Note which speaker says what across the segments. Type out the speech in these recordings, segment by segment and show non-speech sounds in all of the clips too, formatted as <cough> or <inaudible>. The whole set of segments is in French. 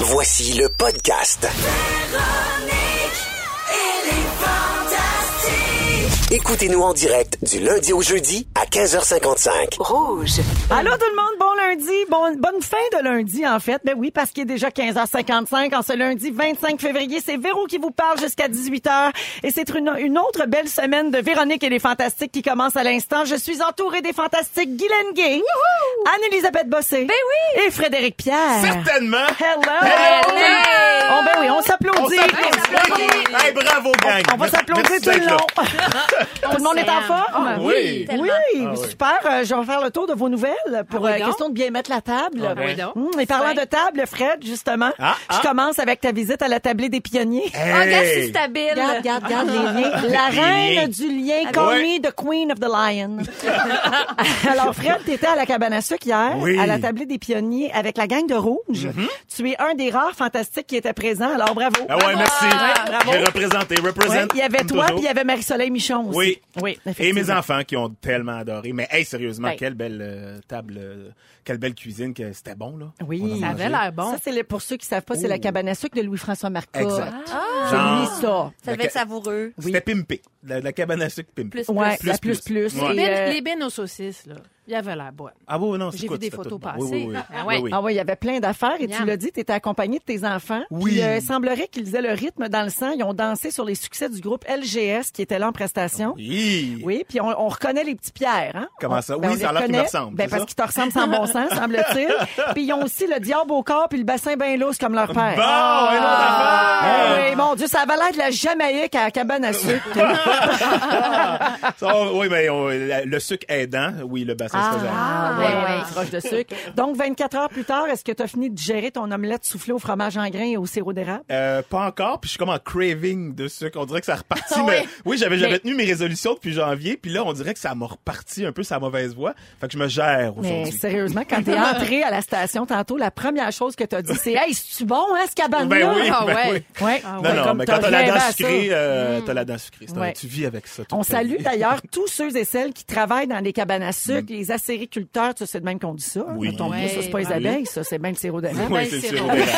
Speaker 1: Voici le podcast. Écoutez-nous en direct du lundi au jeudi à 15h55.
Speaker 2: Rouge.
Speaker 3: Allô tout le monde, bon lundi, bon- bonne fin de lundi en fait. Ben oui, parce qu'il est déjà 15h55 en ce lundi 25 février. C'est Véro qui vous parle jusqu'à 18h et c'est une, une autre belle semaine de Véronique et les Fantastiques qui commence à l'instant. Je suis entourée des Fantastiques Guylaine Gay, Anne-Elisabeth Bossé
Speaker 4: Ben
Speaker 5: oui.
Speaker 3: et Frédéric Pierre.
Speaker 4: Certainement.
Speaker 3: Hello!
Speaker 4: Hello.
Speaker 3: Oh ben oui, on
Speaker 4: On
Speaker 3: s'applaudit.
Speaker 4: s'applaudit. Hey, bravo, gang.
Speaker 3: On va s'applaudir
Speaker 4: Merci
Speaker 3: tout le
Speaker 4: d'être là.
Speaker 3: long. tout le monde est en forme?
Speaker 4: Oui.
Speaker 5: Tellement.
Speaker 3: Oui,
Speaker 4: Ah oui.
Speaker 3: super. Euh, je vais faire le tour de vos nouvelles pour
Speaker 5: oui
Speaker 3: euh,
Speaker 5: donc.
Speaker 3: question de bien mettre la table.
Speaker 4: Ah oui
Speaker 5: donc.
Speaker 3: Hum, et parlant
Speaker 5: Fin.
Speaker 3: de table, Fred, justement,
Speaker 4: Ah, ah.
Speaker 3: je commence avec ta visite à la tablée des pionniers.
Speaker 4: Hey.
Speaker 5: Ah, regarde, c'est stabile.
Speaker 3: Regarde, regarde, regarde les liens. La
Speaker 4: Ah. Les liens.
Speaker 3: reine du lien, call
Speaker 4: Ouais.
Speaker 3: me the queen of the lion. Alors, Fred, t'étais à la cabane à sucre hier,
Speaker 4: Oui. Mm-hmm.
Speaker 3: à la tablée des pionniers avec la gang de rouge. Tu es un des rares fantastiques qui était présent, alors bravo.
Speaker 4: Ah ouais, merci.
Speaker 3: bravo.
Speaker 4: J'ai représenté, represent.
Speaker 3: Ouais, il y avait
Speaker 4: comme
Speaker 3: toi, puis
Speaker 4: toujours.
Speaker 3: il y avait Marie-Soleil Michon aussi.
Speaker 4: Oui.
Speaker 3: oui
Speaker 4: Et mes
Speaker 3: effectivement.
Speaker 4: enfants qui ont tellement adoré. Mais hey, sérieusement,
Speaker 5: Ben.
Speaker 4: quelle belle euh, table, euh, quelle belle cuisine, que c'était bon là.
Speaker 3: Oui.
Speaker 4: On a
Speaker 3: Ça
Speaker 4: mangé.
Speaker 5: avait l'air bon.
Speaker 3: Ça, c'est le- pour ceux qui savent pas, c'est
Speaker 4: Oh.
Speaker 3: la cabane à sucre de Louis-François Marcotte.
Speaker 4: Exact.
Speaker 3: C'est
Speaker 4: Genre,
Speaker 3: lui, ça.
Speaker 5: Ça devait être savoureux.
Speaker 4: C'était pimpé, la, la cabane à sucre pimpé.
Speaker 5: Plus,
Speaker 3: Ouais,
Speaker 5: plus.
Speaker 3: la plus, plus.
Speaker 4: Ouais.
Speaker 3: Et,
Speaker 6: Les
Speaker 3: euh,
Speaker 6: bennes- Les bennes aux saucisses, là, il y avait l'air bonne.
Speaker 4: Ah oui, non, c'est
Speaker 6: J'ai
Speaker 4: quoi,
Speaker 6: vu des
Speaker 4: tu fais
Speaker 6: photos
Speaker 4: tout. Oui, oui, oui.
Speaker 6: passer. Ah
Speaker 4: Oui,
Speaker 6: ouais.
Speaker 4: oui.
Speaker 3: Ah oui, il y avait plein d'affaires et tu
Speaker 6: Miam.
Speaker 3: l'as dit, tu étais accompagné de tes enfants.
Speaker 4: Oui.
Speaker 3: Puis, euh, il semblerait qu'ils aient le rythme dans le sang. Ils ont dansé sur les succès du groupe LGS qui était là en prestation.
Speaker 4: Oui.
Speaker 3: Oui, puis on, on reconnaît les petits pierres. Hein?
Speaker 4: Comment
Speaker 3: On-
Speaker 4: ça?
Speaker 3: ben, on
Speaker 4: Oui, ça
Speaker 3: les
Speaker 4: a l'air qu'ils me
Speaker 3: reconnaît.
Speaker 4: ressemblent,
Speaker 3: Ben,
Speaker 4: c'est
Speaker 3: parce
Speaker 4: ça?
Speaker 3: qu'ils te ressemblent sans bon sens,
Speaker 4: <laughs>
Speaker 3: semble-t-il. Puis ils ont aussi le diable au corps puis le bassin bien lourd comme leur père.
Speaker 4: Bon, un autre
Speaker 3: Ah
Speaker 4: affaire.
Speaker 3: oui, mon Dieu, ça avait l'air de la Jamaïque à la cabane à sucre.
Speaker 4: Ça, on- oui, mais on- la- le sucre aidant, oui, le bassin se faisait.
Speaker 3: Ah. Ah,
Speaker 5: ouais,
Speaker 3: ouais,
Speaker 5: ouais.
Speaker 3: une roche de sucre. Donc, 24 heures plus tard, est-ce que tu as fini de gérer ton omelette soufflée au fromage en grain et au sirop d'érable?
Speaker 4: Euh, pas encore, puis je suis comme en craving de sucre. On dirait que ça repartit. mais, oui, j'avais j'avais tenu mes résolutions depuis janvier, puis là, on dirait que ça m'a reparti un peu sa mauvaise voie. Fait que je me gère
Speaker 3: Mais
Speaker 4: aujourd'hui.
Speaker 3: sérieusement, quand t'es entré à la station tantôt, la première chose que t'as dit, c'est « Hey, c'est-tu bon, hein, ce cabane-là?
Speaker 4: Ben oui,
Speaker 6: Ah
Speaker 4: ben
Speaker 6: ouais.
Speaker 4: oui.
Speaker 3: Ouais.
Speaker 4: Non,
Speaker 3: Ben,
Speaker 4: non,
Speaker 3: comme
Speaker 4: mais quand t'as la
Speaker 3: rêvé à
Speaker 4: dent
Speaker 3: ça.
Speaker 4: sucrée, euh, t'as la dent sucrée. C'est un-
Speaker 3: Ouais.
Speaker 4: Tu vis avec ça. toute
Speaker 3: On
Speaker 4: ta
Speaker 3: salue
Speaker 4: vie.
Speaker 3: d'ailleurs tous ceux et celles qui travaillent dans les cabanes à sucre, les acériculteurs, tu sais, c'est de même qu'on dit ça. hein,
Speaker 4: Oui.
Speaker 3: quand on dit ça, c'est pas les
Speaker 4: Oui.
Speaker 3: abeilles, ça, c'est bien le sirop d'érable.
Speaker 4: <laughs> Oui, c'est le sirop d'érable.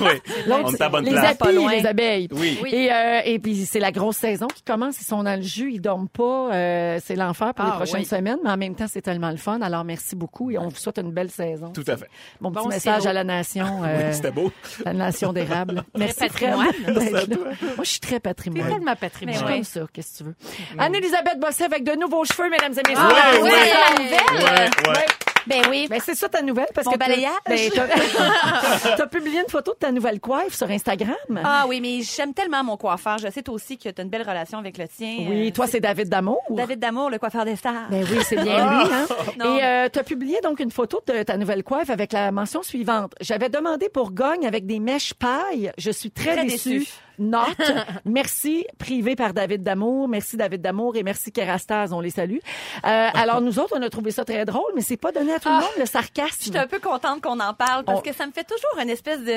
Speaker 4: Oui.
Speaker 3: L'autre,
Speaker 4: On est à bonne
Speaker 3: les
Speaker 4: place.
Speaker 3: apis,
Speaker 5: Pas loin.
Speaker 3: les abeilles.
Speaker 4: Oui.
Speaker 5: Oui.
Speaker 3: Et, euh, et puis c'est la grosse saison qui commence. Ils sont dans le jus, ils dorment pas. euh, c'est l'enfer pour les
Speaker 6: Ah,
Speaker 3: prochaines
Speaker 6: oui.
Speaker 3: semaines, mais en même temps c'est tellement le fun. Alors merci beaucoup et on vous souhaite une belle saison.
Speaker 4: Tout à fait.
Speaker 3: Mon petit
Speaker 6: Bon
Speaker 3: message
Speaker 6: sirop.
Speaker 3: à la
Speaker 4: <laughs>
Speaker 3: nation, euh,
Speaker 4: C'était beau.
Speaker 3: la nation d'érable. Merci Fred.
Speaker 5: patrimoine.
Speaker 3: d'être là. Moi je suis très
Speaker 6: C'est
Speaker 3: patrimoine.
Speaker 6: tellement
Speaker 3: Je
Speaker 6: patrimoine.
Speaker 3: suis
Speaker 5: Mais ouais.
Speaker 3: comme ça, qu'est-ce que tu veux. Anne-Elisabeth Bossé avec de nouveaux cheveux, mesdames et messieurs.
Speaker 4: Ouais,
Speaker 5: oui,
Speaker 4: ouais.
Speaker 5: c'est la nouvelle.
Speaker 4: Ouais, ouais.
Speaker 5: Ben oui.
Speaker 3: Ben, c'est ça ta nouvelle parce
Speaker 5: Mon
Speaker 3: que t'as-
Speaker 5: balayage.
Speaker 3: ben, t'as <laughs> t'as publié une photo de ta nouvelle coiffe sur Instagram.
Speaker 5: Ah oui, mais j'aime tellement mon coiffeur. Je sais toi aussi que tu as une belle relation avec le tien. Euh,
Speaker 3: oui, toi c'est David Damour.
Speaker 5: David Damour, le coiffeur des stars.
Speaker 3: <laughs> Ben oui, c'est bien lui. Hein?
Speaker 5: <laughs> Non.
Speaker 3: Et euh, tu as publié donc une photo de ta nouvelle coiffe avec la mention suivante. J'avais demandé pour gogne avec des mèches paille. Je suis très,
Speaker 5: Très
Speaker 3: déçue.
Speaker 5: déçue.
Speaker 3: Note.
Speaker 5: <laughs>
Speaker 3: Merci, privé par David Damour. Merci, David Damour. Et merci, Kerastase. On les salue.
Speaker 5: <laughs>
Speaker 3: Euh, alors, nous autres, on a trouvé ça très drôle, mais c'est pas donné à tout le monde le
Speaker 5: Ah! Je
Speaker 3: sarcasme.
Speaker 5: suis un peu contente qu'on en parle parce
Speaker 3: On-
Speaker 5: que ça me fait toujours une espèce de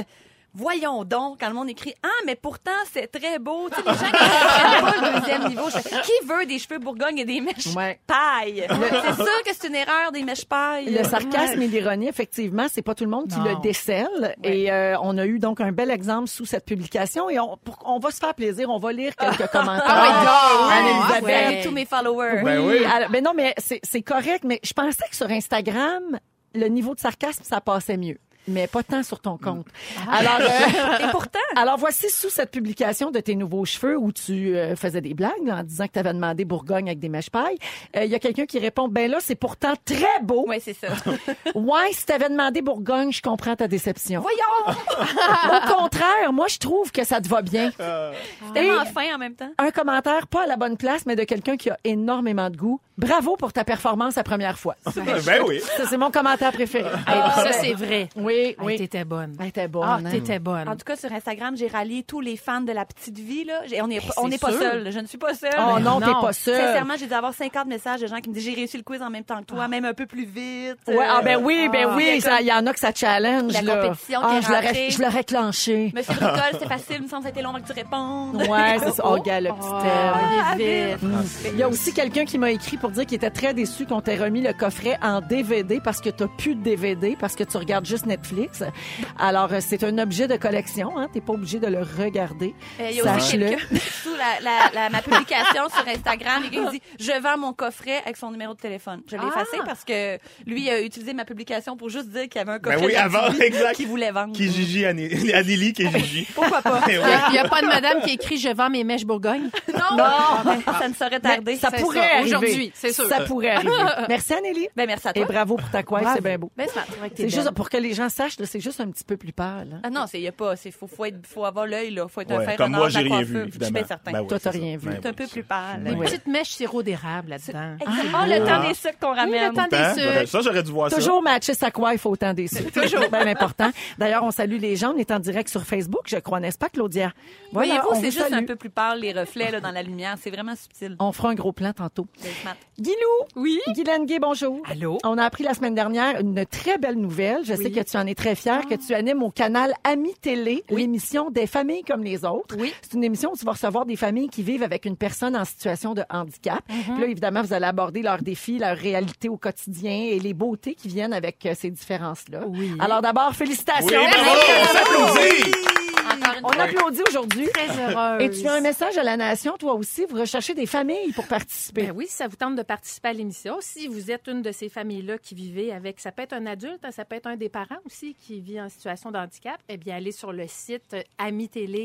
Speaker 5: voyons donc quand le monde écrit ah mais pourtant c'est très beau tu sais les gens qui comprennent pas le deuxième niveau je fais, qui veut des cheveux bourgogne et des mèches
Speaker 3: Ouais.
Speaker 5: paille c'est sûr que c'est une erreur des mèches paille
Speaker 3: Le sarcasme et l'ironie, effectivement, c'est pas tout le monde qui
Speaker 6: Non.
Speaker 3: le décèle. Et euh, on a eu donc un bel exemple sous cette publication. Et on, pour- on va se faire plaisir, on va lire quelques commentaires.
Speaker 5: Ah,
Speaker 3: Anne-Elisabeth.
Speaker 5: ouais. tous mes followers
Speaker 4: Ben oui.
Speaker 3: alors- mais non, mais c'est c'est correct. Mais je pensais que sur Instagram, le niveau de sarcasme, ça passait mieux. Mais pas tant sur ton compte. Alors,
Speaker 5: <laughs>
Speaker 3: euh,
Speaker 5: et pourtant
Speaker 3: alors voici sous cette publication de tes nouveaux cheveux où tu euh, faisais des blagues là, en disant que tu avais demandé Bourgogne avec des mèches pailles. Euh, Il y a quelqu'un qui répond, ben là, c'est pourtant très beau.
Speaker 5: ouais
Speaker 3: <laughs>
Speaker 5: c'est ça
Speaker 3: Ouais, si t'avais demandé Bourgogne, je comprends ta déception.
Speaker 5: voyons
Speaker 3: Au contraire, moi, je trouve que ça te va bien.
Speaker 5: c'est tellement fin en même temps
Speaker 3: Un commentaire pas à la bonne place, mais de quelqu'un qui a énormément de goût. Bravo pour ta performance la première fois.
Speaker 4: Ben oui.
Speaker 3: Ça, c'est mon commentaire préféré.
Speaker 5: Ah,
Speaker 6: Hey, ça, c'est vrai.
Speaker 3: Ah, Oui,
Speaker 6: Oui.
Speaker 3: oui.
Speaker 6: t'étais bonne.
Speaker 5: ben,
Speaker 3: Elle était bonne.
Speaker 6: Ah,
Speaker 3: hein.
Speaker 6: t'étais bonne.
Speaker 5: en tout cas sur Instagram j'ai rallié tous les fans de la petite vie là J'ai- on n'est on n'est pas
Speaker 6: sûr.
Speaker 5: seul je ne suis pas seule
Speaker 3: Oh non,
Speaker 6: Non.
Speaker 3: t'es pas seule.
Speaker 5: Sincèrement, j'ai dû avoir 50 messages de gens qui me disent j'ai réussi le quiz en même temps que toi, même un peu plus vite.
Speaker 3: Ah. Ouais, ah
Speaker 5: Euh,
Speaker 3: ben oui, ben
Speaker 5: Ah.
Speaker 3: oui, ça- il y en a que ça challenge.
Speaker 5: La
Speaker 3: là.
Speaker 5: compétition qui
Speaker 3: ah,
Speaker 5: est
Speaker 3: je l'aurais,
Speaker 5: rentrée.
Speaker 3: je l'aurais
Speaker 5: <laughs>
Speaker 3: clenché.
Speaker 5: Monsieur Bricole, c'est facile, il me semble que c'était long avant que tu répondes.
Speaker 3: Ouais, c'est ça. Oh, gars, le petit
Speaker 6: euh,
Speaker 3: thème.
Speaker 5: Ah,
Speaker 6: vite.
Speaker 5: vite.
Speaker 3: Mm. Il y a aussi quelqu'un qui m'a écrit pour dire qu'il était très déçu qu'on t'ait remis le coffret en DVD parce que t'as plus de DVD, parce que tu regardes juste Net- Netflix. Alors, euh, c'est un objet de collection. Hein. T'es pas obligé de le regarder.
Speaker 5: Euh, Il y a aussi
Speaker 3: Sache-le.
Speaker 5: quelqu'un <laughs> sous la, la- la- ma publication sur Instagram, quelqu'un qui dit Je vends mon coffret avec son numéro de téléphone. Je l'ai
Speaker 6: Ah!
Speaker 5: effacé parce que lui a utilisé ma publication pour juste dire qu'il y avait un
Speaker 4: Ben
Speaker 5: coffret
Speaker 4: oui, avant,
Speaker 5: d'activité
Speaker 4: exact.
Speaker 5: qu'il voulait vendre.
Speaker 4: Qui est Gigi, Annie- Anneli qui est Gigi.
Speaker 5: Pourquoi pas?
Speaker 4: <laughs> Eh
Speaker 6: Il
Speaker 4: ouais.
Speaker 6: n'y a pas de madame qui écrit Je vends mes mèches Bourgogne.
Speaker 5: non, non. ça ne saurait tarder.
Speaker 3: Mais ça
Speaker 6: C'est
Speaker 3: pourrait
Speaker 6: ça,
Speaker 3: arriver.
Speaker 6: aujourd'hui, c'est sûr.
Speaker 3: Ça pourrait
Speaker 6: <laughs>
Speaker 3: arriver. Merci, Anneli.
Speaker 5: Ben, merci à toi.
Speaker 3: Et bravo pour ta coiffe, c'est bien beau.
Speaker 6: Ben, c'est vrai que t'es
Speaker 3: C'est juste
Speaker 6: belle.
Speaker 3: pour que les gens sachent, là, c'est juste un petit peu plus pâle. hein.
Speaker 5: Ah non, c'est y a pas, c'est faut faut, être, faut avoir l'œil là, faut être un
Speaker 4: Ouais,
Speaker 5: fer
Speaker 4: comme
Speaker 5: renard
Speaker 4: moi,
Speaker 5: de la
Speaker 4: j'ai rien vu,
Speaker 5: coiffeuse. Je suis
Speaker 4: évidemment.
Speaker 5: bien certain.
Speaker 4: Ben ouais,
Speaker 3: Toi, t'as
Speaker 4: c'est
Speaker 3: rien
Speaker 4: ça.
Speaker 3: vu.
Speaker 4: Ben
Speaker 5: T'es un
Speaker 4: oui,
Speaker 5: peu
Speaker 4: c'est
Speaker 5: plus
Speaker 4: ça.
Speaker 5: pâle.
Speaker 4: Ben
Speaker 6: Des
Speaker 4: oui.
Speaker 6: petites mèches sirop d'érable là-dedans.
Speaker 5: Exact. Ah, le temps des sucres qu'on
Speaker 6: Oui,
Speaker 5: ramène.
Speaker 6: le temps
Speaker 4: Hein?
Speaker 6: des
Speaker 4: Ben,
Speaker 6: sucres.
Speaker 4: Ça, j'aurais dû
Speaker 6: Ah,
Speaker 4: voir ça.
Speaker 3: Toujours matcher sa coiffe au temps des
Speaker 6: <laughs>
Speaker 3: sucres. Toujours. Bien important. D'ailleurs, on salue les gens. On est en direct sur Facebook, je crois, n'est-ce pas, Claudia?
Speaker 5: Voyez-vous,
Speaker 3: on
Speaker 5: c'est
Speaker 3: vous
Speaker 5: juste
Speaker 3: salue.
Speaker 5: un peu plus pâle, les reflets là, dans la lumière. C'est vraiment subtil.
Speaker 3: On fera un gros plan tantôt.
Speaker 5: C'est smart.
Speaker 3: Guilou.
Speaker 6: Oui.
Speaker 3: Guylaine Gay, bonjour.
Speaker 6: Allô?
Speaker 3: On a appris la semaine dernière une très belle nouvelle. Je sais que tu en es très fière, que tu animes au canal Ami Télé, l'émission des familles comme les autres.
Speaker 6: Oui.
Speaker 3: C'est une émission où tu vas recevoir des familles qui vivent avec une personne en situation de handicap. Puis là, évidemment, vous allez aborder leurs défis, leur réalité au quotidien et les beautés qui viennent avec euh, ces différences-là.
Speaker 6: Oui.
Speaker 3: Alors d'abord, félicitations.
Speaker 4: Oui, bravo!
Speaker 5: Ben
Speaker 4: On s'applaudit!
Speaker 5: Encore une
Speaker 3: On applaudit aujourd'hui.
Speaker 6: Très heureuse.
Speaker 3: Et tu as un message à la nation, toi aussi. Vous recherchez des familles pour participer.
Speaker 6: Ben oui, si ça vous tente de participer à l'émission, si vous êtes une de ces familles-là qui vivez avec, ça peut être un adulte, hein, ça peut être un des parents aussi qui vit en situation de handicap, eh bien, allez sur le site euh,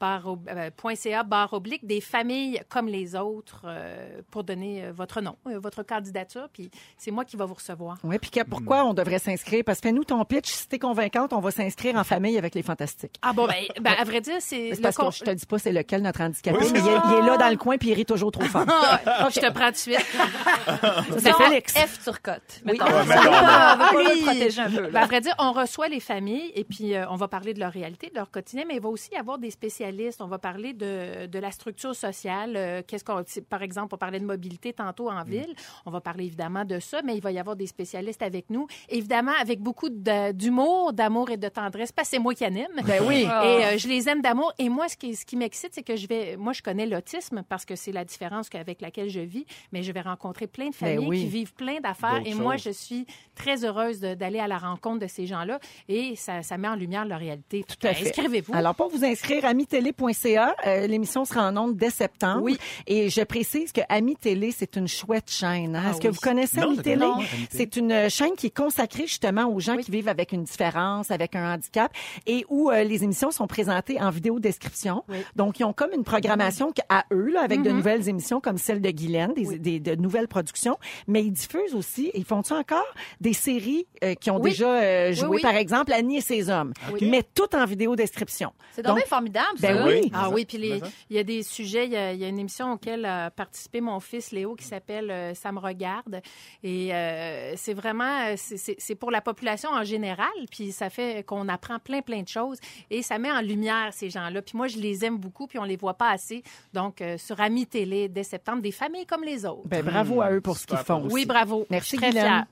Speaker 6: amitélé.ca barre oblique des familles comme les autres euh, pour donner euh, votre nom, euh, votre candidature, puis c'est moi qui va vous recevoir.
Speaker 3: Oui, puis que- pourquoi on devrait s'inscrire? Parce que fais-nous ton pitch. Si t'es convaincante, on va s'inscrire en famille avec les fantastiques.
Speaker 6: Ah bon, ben, ben, à vrai dire, c'est...
Speaker 3: C'est
Speaker 6: le
Speaker 3: parce
Speaker 6: con-
Speaker 3: que je te dis pas c'est lequel notre handicapé,
Speaker 4: Oui,
Speaker 3: mais
Speaker 4: c'est
Speaker 3: il, est- il est là dans le coin puis il rit toujours trop
Speaker 6: <laughs>
Speaker 3: fort.
Speaker 6: <laughs> Ah, Je te prends tout de suite.
Speaker 3: Ça,
Speaker 5: fois.
Speaker 3: c'est Félix.
Speaker 5: F Turcotte. Oui,
Speaker 4: Ouais, mettons, là.
Speaker 6: Ah,
Speaker 5: On va
Speaker 6: oui.
Speaker 5: le protéger un peu.
Speaker 6: Ben,
Speaker 5: là.
Speaker 6: à vrai dire, on reçoit les familles et puis euh, on va parler de leur réalité, de leur quotidien, mais il va aussi y avoir des spécialistes. On va parler de, de la structure sociale. euh, Qu'est-ce qu'on, si- par exemple, on parlait de mobilité tantôt
Speaker 3: Mm.
Speaker 6: en ville. On va parler évidemment de ça, mais il va y avoir des spécialistes avec nous. Évidemment, avec beaucoup de- d'humour, d'amour et de tendresse, parce que c'est moi qui anime.
Speaker 3: Ben oui.
Speaker 5: Ah.
Speaker 6: Et euh, je les aime d'amour. Et moi, ce qui, ce qui m'excite, c'est que je vais. Moi, je connais l'autisme parce que c'est la différence que- avec laquelle je vis, mais je vais rencontrer plein de
Speaker 3: Ben
Speaker 6: familles
Speaker 3: oui.
Speaker 6: qui vivent plein d'affaires.
Speaker 4: D'autres
Speaker 6: Et moi,
Speaker 4: choses.
Speaker 6: je suis très heureuse de- d'aller à la rencontre de ces gens-là. Et ça, ça met en lumière leur réalité. Ben,
Speaker 3: Tout à fait.
Speaker 6: Inscrivez-vous.
Speaker 3: Alors, pour vous inscrire, amitélé.ca, euh, l'émission sera en ondes dès septembre.
Speaker 6: Oui.
Speaker 3: Et je précise que Ami Télé, c'est une chouette chaîne. hein.
Speaker 6: Ah
Speaker 3: Est-ce que
Speaker 6: oui.
Speaker 3: vous connaissez
Speaker 4: Non,
Speaker 3: Ami
Speaker 4: je
Speaker 3: Télé?
Speaker 4: connais pas Ami Télé.
Speaker 3: C'est une euh, chaîne qui est consacrée justement aux gens qui vivent avec une différence, avec un handicap, et où euh, les émissions sont présentées en vidéo description.
Speaker 6: Oui. Mhm.
Speaker 3: Donc, ils ont comme une programmation qu- à eux, là, avec de nouvelles émissions comme celle de Guylaine, des, des- de nouvelles productions. Mais ils diffusent aussi, ils font-tu encore des séries euh, qui ont
Speaker 6: Oui.
Speaker 3: déjà euh, joué,
Speaker 6: oui.
Speaker 3: par exemple, Annie et ses hommes, mais tout en vidéo description.
Speaker 5: C'est donc
Speaker 3: Donc,
Speaker 5: bien formidable, ça.
Speaker 3: ben
Speaker 4: Ah
Speaker 3: oui.
Speaker 6: Ah oui, puis les-
Speaker 4: Mais ça.
Speaker 6: il y a des sujets, il y a, il y a une émission auquel a participé mon fils Léo qui s'appelle euh, Ça me regarde. Et euh, c'est vraiment, euh, c'est- c'est c'est pour la population en général, puis ça fait qu'on apprend plein, plein de choses et ça met en lumière ces gens-là. Puis moi, je les aime beaucoup, puis on les voit pas assez. Donc, euh, sur Ami Télé, dès septembre, des familles comme les autres.
Speaker 3: Ben, bravo à eux pour ce qu'ils
Speaker 4: Super.
Speaker 3: font.
Speaker 6: oui,
Speaker 3: aussi.
Speaker 6: bravo.
Speaker 3: Merci,
Speaker 6: Je suis très
Speaker 3: Guylaine.
Speaker 6: fière.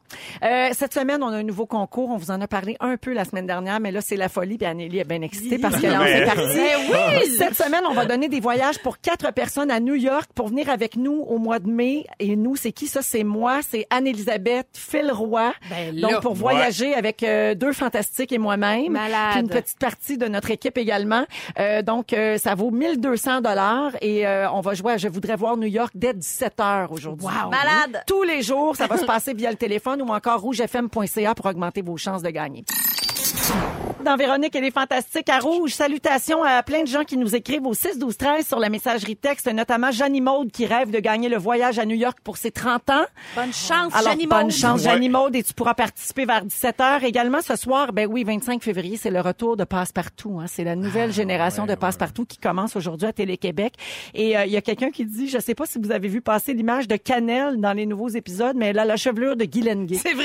Speaker 3: Euh, cette semaine, on a un nouveau concours. On vous en a parlé un peu la semaine dernière, mais là, c'est la folie. Puis Anneli est bien excitée parce qu'elle en fait
Speaker 4: Mais-
Speaker 3: partie.
Speaker 6: Ben
Speaker 3: Cette semaine, on va donner des voyages pour quatre personnes à New York pour venir avec nous au mois de mai. Et nous, c'est qui ça? C'est moi, c'est Anne-Elisabeth, Phil Roy.
Speaker 6: Ben là.
Speaker 3: Donc, pour voyager avec euh, deux fantastiques et moi-même.
Speaker 6: Malade.
Speaker 3: Puis une petite partie de notre équipe également. Euh, donc, euh, ça vaut 1200 dollars et euh, on va jouer à Je voudrais voir New York dès 17 h aujourd'hui. Mhm.
Speaker 6: Wow.
Speaker 5: Malade.
Speaker 3: Tous les jours, ça va se passer via le téléphone ou encore rougefm.ca pour augmenter vos chances de gagner. Dans Véronique, elle est fantastique à Rouge. Salutations à plein de gens qui nous écrivent au 6 12 13 sur la messagerie texte, notamment Janie Maude qui rêve de gagner le voyage à New York pour ses 30 ans.
Speaker 5: Bonne chance,
Speaker 3: Alors,
Speaker 5: Jeannie
Speaker 3: bonne
Speaker 5: Maud.
Speaker 3: chance,
Speaker 4: Ouais.
Speaker 3: Janie Maude, et tu pourras participer vers 17h. Également, ce soir, ben oui, 25 février, c'est le retour de Passe-Partout. Hein. C'est la
Speaker 4: Ah,
Speaker 3: nouvelle génération de Passe-Partout qui commence aujourd'hui à Télé-Québec. Et euh, il y a quelqu'un qui dit, je sais pas si vous avez vu passer l'image de Canel dans les nouveaux épisodes, mais elle a la chevelure de Guylaine Gay.
Speaker 6: C'est vrai!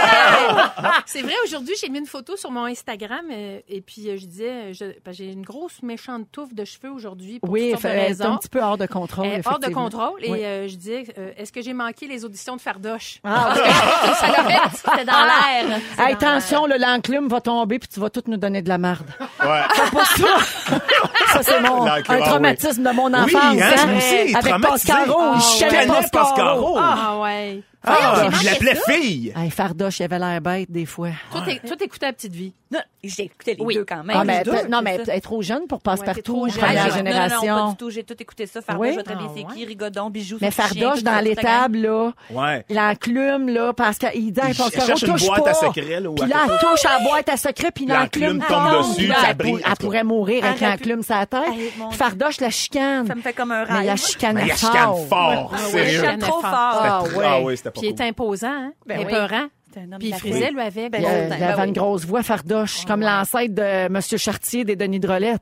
Speaker 3: <laughs>
Speaker 6: c'est vrai, aujourd'hui, j'ai mis une photo sur mon Instagram euh, et puis euh, je disais, euh, je- parce que j'ai une grosse méchante touffe de cheveux aujourd'hui pour
Speaker 3: Oui,
Speaker 6: toutes sortes de
Speaker 3: elle est un
Speaker 6: raisons.
Speaker 3: petit peu hors de contrôle.
Speaker 6: Euh, hors de
Speaker 3: effectivement.
Speaker 6: contrôle. Et
Speaker 3: Oui.
Speaker 6: euh, je disais, euh, est-ce que j'ai manqué les auditions de Fardoche?
Speaker 3: Ah, oui.
Speaker 6: Ça l'a fait.
Speaker 5: C'était dans l'air.
Speaker 6: <laughs>
Speaker 3: Hey, attention, le l'enclume va tomber puis tu vas tout nous donner de la marde.
Speaker 4: Ouais.
Speaker 3: Pas ça. <laughs> Ça, c'est mon,
Speaker 4: L'encre, ah
Speaker 3: un
Speaker 4: oui.
Speaker 3: traumatisme de mon enfance.
Speaker 4: Oui, hein, je me
Speaker 3: hein.
Speaker 4: sais,
Speaker 3: Avec
Speaker 4: traumatisé.
Speaker 3: Pascaro.
Speaker 4: Ah,
Speaker 3: je
Speaker 4: ouais.
Speaker 3: connais
Speaker 4: Je connais
Speaker 3: Pascaro.
Speaker 4: Pascaro.
Speaker 3: Ah.
Speaker 6: Ah ouais.
Speaker 4: Ah,
Speaker 5: Voyons, j'ai
Speaker 4: je
Speaker 5: manqué
Speaker 4: l'appelais
Speaker 5: ça.
Speaker 4: fille.
Speaker 3: Hey, Fardoche, il avait l'air bête des fois.
Speaker 6: Toi, t'é- toi, t'écoutais la petite vie.
Speaker 5: Non, J'ai écouté les
Speaker 6: Oui.
Speaker 5: deux quand même.
Speaker 3: Ah, mais,
Speaker 5: Les deux,
Speaker 3: peut- non,
Speaker 5: c'est
Speaker 3: mais
Speaker 5: ça.
Speaker 3: peut- être trop jeune pour
Speaker 6: Ouais, t'es
Speaker 3: passe-partout,
Speaker 6: trop jeune.
Speaker 5: Ah, j'ai-
Speaker 3: première
Speaker 6: non, non,
Speaker 3: génération.
Speaker 5: Non, non, non, pas du tout. J'ai tout écouté ça. Fardoche,
Speaker 3: Oui?
Speaker 5: je vois très bien
Speaker 6: Ah,
Speaker 5: c'est
Speaker 6: ouais.
Speaker 5: qui, Rigodon, Bijoux,
Speaker 3: mais
Speaker 5: Sous le chien,
Speaker 3: Fardoche,
Speaker 5: tout
Speaker 3: dans
Speaker 5: ça,
Speaker 3: les
Speaker 5: tout la gang.
Speaker 3: tables, là,
Speaker 4: Ouais.
Speaker 3: l'enclume, là, parce qu'il dit,
Speaker 4: Il
Speaker 3: parce qu'on
Speaker 4: cherche une
Speaker 3: touche
Speaker 4: boîte
Speaker 3: pas.
Speaker 4: à secret, là, ou
Speaker 3: Puis
Speaker 4: à
Speaker 3: là, elle touche à la boîte à secret, puis l'enclume
Speaker 4: l'enclume tombe dessus,
Speaker 3: là,
Speaker 4: ça
Speaker 3: elle,
Speaker 4: brille,
Speaker 3: pour-
Speaker 4: en
Speaker 3: elle
Speaker 4: tout
Speaker 3: pourrait mourir avec
Speaker 5: Arrête,
Speaker 3: l'enclume sur la tête.
Speaker 5: Arrête, mon Dieu.
Speaker 3: Fardoche la chicane.
Speaker 5: Ça me fait comme un
Speaker 3: Mais
Speaker 5: rêve.
Speaker 3: la chicane
Speaker 4: Mais
Speaker 3: à
Speaker 4: Ben, il chicane fort,
Speaker 6: Ah, ouais.
Speaker 5: Je
Speaker 4: sérieux.
Speaker 5: chicane trop
Speaker 6: C'était
Speaker 5: fort.
Speaker 3: Ah,
Speaker 4: C'était-
Speaker 3: ouais.
Speaker 4: Ah oui, c'était pas
Speaker 6: Puis il est
Speaker 4: cool.
Speaker 6: imposant, hein?
Speaker 5: Ben oui.
Speaker 6: épeurant.
Speaker 5: C'était un homme
Speaker 6: Puis il
Speaker 5: de la
Speaker 6: frisait,
Speaker 5: foule.
Speaker 6: lui, avec.
Speaker 5: Ben,
Speaker 3: Il
Speaker 5: euh,
Speaker 6: Ah,
Speaker 5: Ben
Speaker 3: avait
Speaker 5: oui. Oh,
Speaker 3: une grosse voix fardoche, comme l'ancêtre de Monsieur Chartier des Denis Drolet.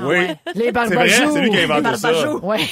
Speaker 4: Oui.
Speaker 6: ouais.
Speaker 3: Les
Speaker 4: C'est vrai,
Speaker 3: barbajoux.
Speaker 4: c'est lui qui a inventé ça.
Speaker 5: Barbajoux.
Speaker 3: Oui.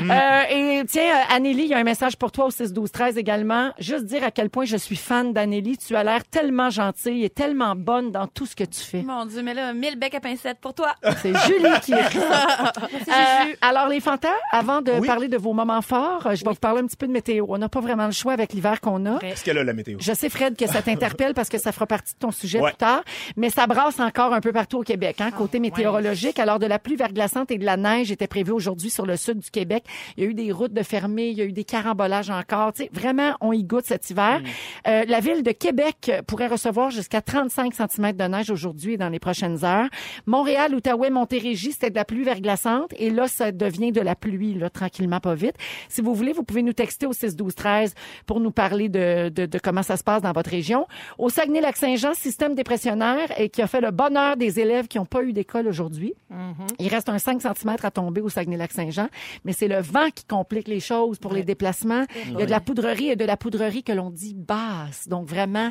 Speaker 3: Euh, et tiens, euh, Anneli, il y a un message pour toi au 6 12 13 également. Juste dire à quel point je suis fan d'Anneli. Tu as l'air tellement gentille et tellement bonne dans tout ce que tu fais.
Speaker 5: Mon Dieu, mais là, 1000 becs à pincettes pour <laughs> toi.
Speaker 3: C'est Julie qui écrit <laughs> ça. Euh, alors, les fantas, avant de
Speaker 4: Oui.
Speaker 3: parler de vos moments forts, euh, je vais vous parler un petit peu de météo. On n'a pas vraiment le choix avec l'hiver qu'on a.
Speaker 4: Qu'est-ce qu'elle a, la météo?
Speaker 3: Je sais, Fred, que ça t'interpelle parce que ça fera partie de ton sujet
Speaker 4: Ouais.
Speaker 3: plus tard, mais ça brasse encore un peu partout au Québec, hein, côté météorologique. Alors, de la pluie verglaçante et de la neige était prévue aujourd'hui sur le sud du Québec. Il y a eu des routes de fermées, il y a eu des carambolages encore. Tu sais, vraiment, on y goûte cet hiver. Euh, la ville de Québec pourrait recevoir jusqu'à 35 cm de neige aujourd'hui et dans les prochaines heures. Montréal, Outaouais, Montérégie, c'était de la pluie verglaçante et là, ça devient de la pluie, là, tranquillement, pas vite. Si vous voulez, vous pouvez nous texter au 6-12-13 pour nous parler de, de, de comment ça se passe dans votre région. Au Saguenay-Lac-Saint-Jean, système dépressionnaire et qui a fait le bonheur des élèves qui n'ont pas eu d'école aujourd'hui. Il reste un 5 cm à tomber au Saguenay-Lac-Saint-Jean, mais c'est le vent qui complique les choses pour les déplacements. Il y a de la poudrerie et de la poudrerie que l'on dit basse. Donc vraiment,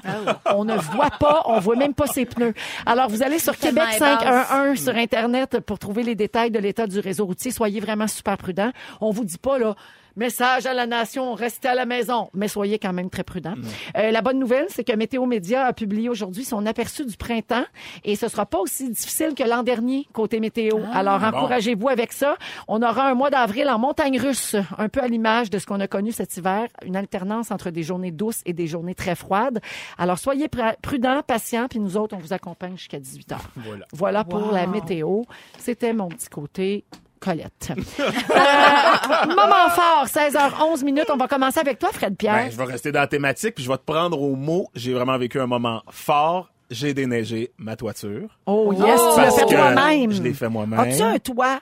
Speaker 3: on ne voit pas, on voit même pas ses pneus. Alors vous allez sur
Speaker 5: Tellement
Speaker 3: Québec
Speaker 5: elle est basse.
Speaker 3: 511 sur Internet pour trouver les détails de l'état du réseau routier. Soyez vraiment super prudents. On vous dit pas, là, message à la nation, restez à la maison, mais soyez quand même très prudents. Euh, la bonne nouvelle, c'est que Météo Média a publié aujourd'hui son aperçu du printemps et ce sera pas aussi difficile que l'an dernier côté météo. Alors, encouragez-vous avec ça. On aura un mois d'avril en montagne russe, un peu à l'image de ce qu'on a connu cet hiver, une alternance entre des journées douces et des journées très froides. Alors, soyez pr- prudents, patients, puis nous autres, on vous accompagne jusqu'à 18 heures.
Speaker 4: Voilà.
Speaker 3: Voilà pour la météo. C'était mon petit côté. Colette. <laughs> Euh, moment fort, 16h11 minutes. On va commencer avec toi, Fred Pierre.
Speaker 4: Ben, je vais rester dans la thématique, puis je vais te prendre au mot. J'ai vraiment vécu un moment fort. J'ai déneigé ma toiture.
Speaker 3: oh yes, tu l'as
Speaker 4: Parce
Speaker 3: fait
Speaker 4: que
Speaker 3: toi-même.
Speaker 4: Je l'ai fait moi-même.
Speaker 3: As-tu un toit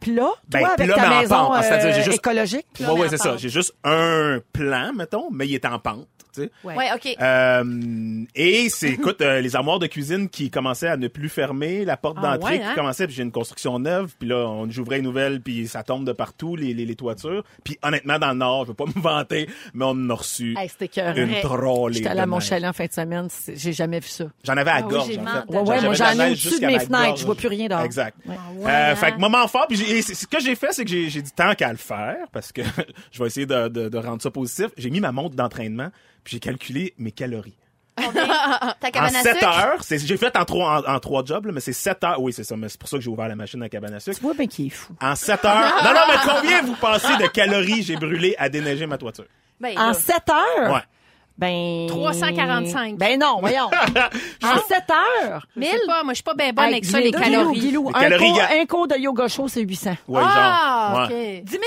Speaker 3: plat,
Speaker 4: Ben,
Speaker 3: toi, avec
Speaker 4: plat,
Speaker 3: ta
Speaker 4: mais en
Speaker 3: maison
Speaker 4: pente. Ah, c'est-à-dire, j'ai
Speaker 3: euh,
Speaker 4: juste-
Speaker 3: écologique?
Speaker 4: Ouais, ouais, c'est ça. J'ai juste un plan, mettons, mais il est en pente, tu sais.
Speaker 5: Ouais, OK.
Speaker 4: Euh, et c'est, écoute, euh, les armoires de cuisine qui commençaient à ne plus fermer, la porte
Speaker 6: Ah
Speaker 4: d'entrée
Speaker 6: ouais,
Speaker 4: qui
Speaker 6: hein?
Speaker 4: commençait, puis j'ai une construction neuve, puis là, on j'ouvrais une nouvelle, puis ça tombe de partout, les, les, les toitures. Puis honnêtement, dans le Nord, je veux pas <laughs> me vanter, mais on en a reçu
Speaker 3: Hey, c'était écœurant.
Speaker 4: une trollée.
Speaker 3: J'étais allée
Speaker 4: de
Speaker 3: à mon
Speaker 4: neige.
Speaker 3: chalet en fin de semaine, c'est- j'ai jamais vu ça.
Speaker 4: J'en avais à la
Speaker 5: Ah oui,
Speaker 4: gorge.
Speaker 5: j'ai
Speaker 4: en fait.
Speaker 5: mal.
Speaker 3: Ouais, ouais,
Speaker 4: J'avais
Speaker 3: moi,
Speaker 4: de
Speaker 3: j'en ai
Speaker 4: la neige
Speaker 3: au-dessus de
Speaker 4: jusqu'à
Speaker 3: mes
Speaker 4: ma
Speaker 3: fenêtres,
Speaker 4: gorge.
Speaker 3: je vois plus rien Ah dehors.
Speaker 4: Exact.
Speaker 5: ouais,
Speaker 4: Euh,
Speaker 5: hein?
Speaker 4: Fait que moment fort, puis j'ai- et c'est- ce que j'ai fait, c'est que j'ai j'ai dit tant qu'à le faire, parce que <laughs> je vais essayer de, de- de rendre ça positif. J'ai mis ma montre d'entraînement, puis j'ai calculé mes calories.
Speaker 3: Ah
Speaker 5: Ta
Speaker 4: En
Speaker 5: cabane à
Speaker 4: 7
Speaker 5: sucre.
Speaker 4: heures, c'est- j'ai fait en trois, en, en trois jobs, là, mais c'est 7 heures. Oui, c'est ça, mais c'est pour ça que j'ai ouvert la machine à cabane à sucre.
Speaker 3: Tu vois bien qu'il est fou.
Speaker 4: En
Speaker 3: <laughs>
Speaker 4: 7 heures. Non, non, mais combien vous pensez de calories j'ai brûlé à déneiger ma toiture?
Speaker 5: Ben,
Speaker 3: En
Speaker 5: là,
Speaker 3: 7 heures?
Speaker 4: Ouais.
Speaker 3: Ben...
Speaker 6: 345.
Speaker 3: Ben non, voyons.
Speaker 4: <laughs>
Speaker 3: en 7 heures?
Speaker 6: Je sais pas, moi, je suis pas bien bonne
Speaker 3: Hey,
Speaker 6: avec ça, les
Speaker 3: Guilou,
Speaker 6: calories.
Speaker 3: Guilou,
Speaker 4: Les
Speaker 3: un,
Speaker 4: calories,
Speaker 3: cours,
Speaker 4: gars.
Speaker 3: un cours de yoga show, c'est 800.
Speaker 4: Ouais,
Speaker 6: ah,
Speaker 4: genre.
Speaker 6: OK.
Speaker 4: Ouais.
Speaker 5: 10 000.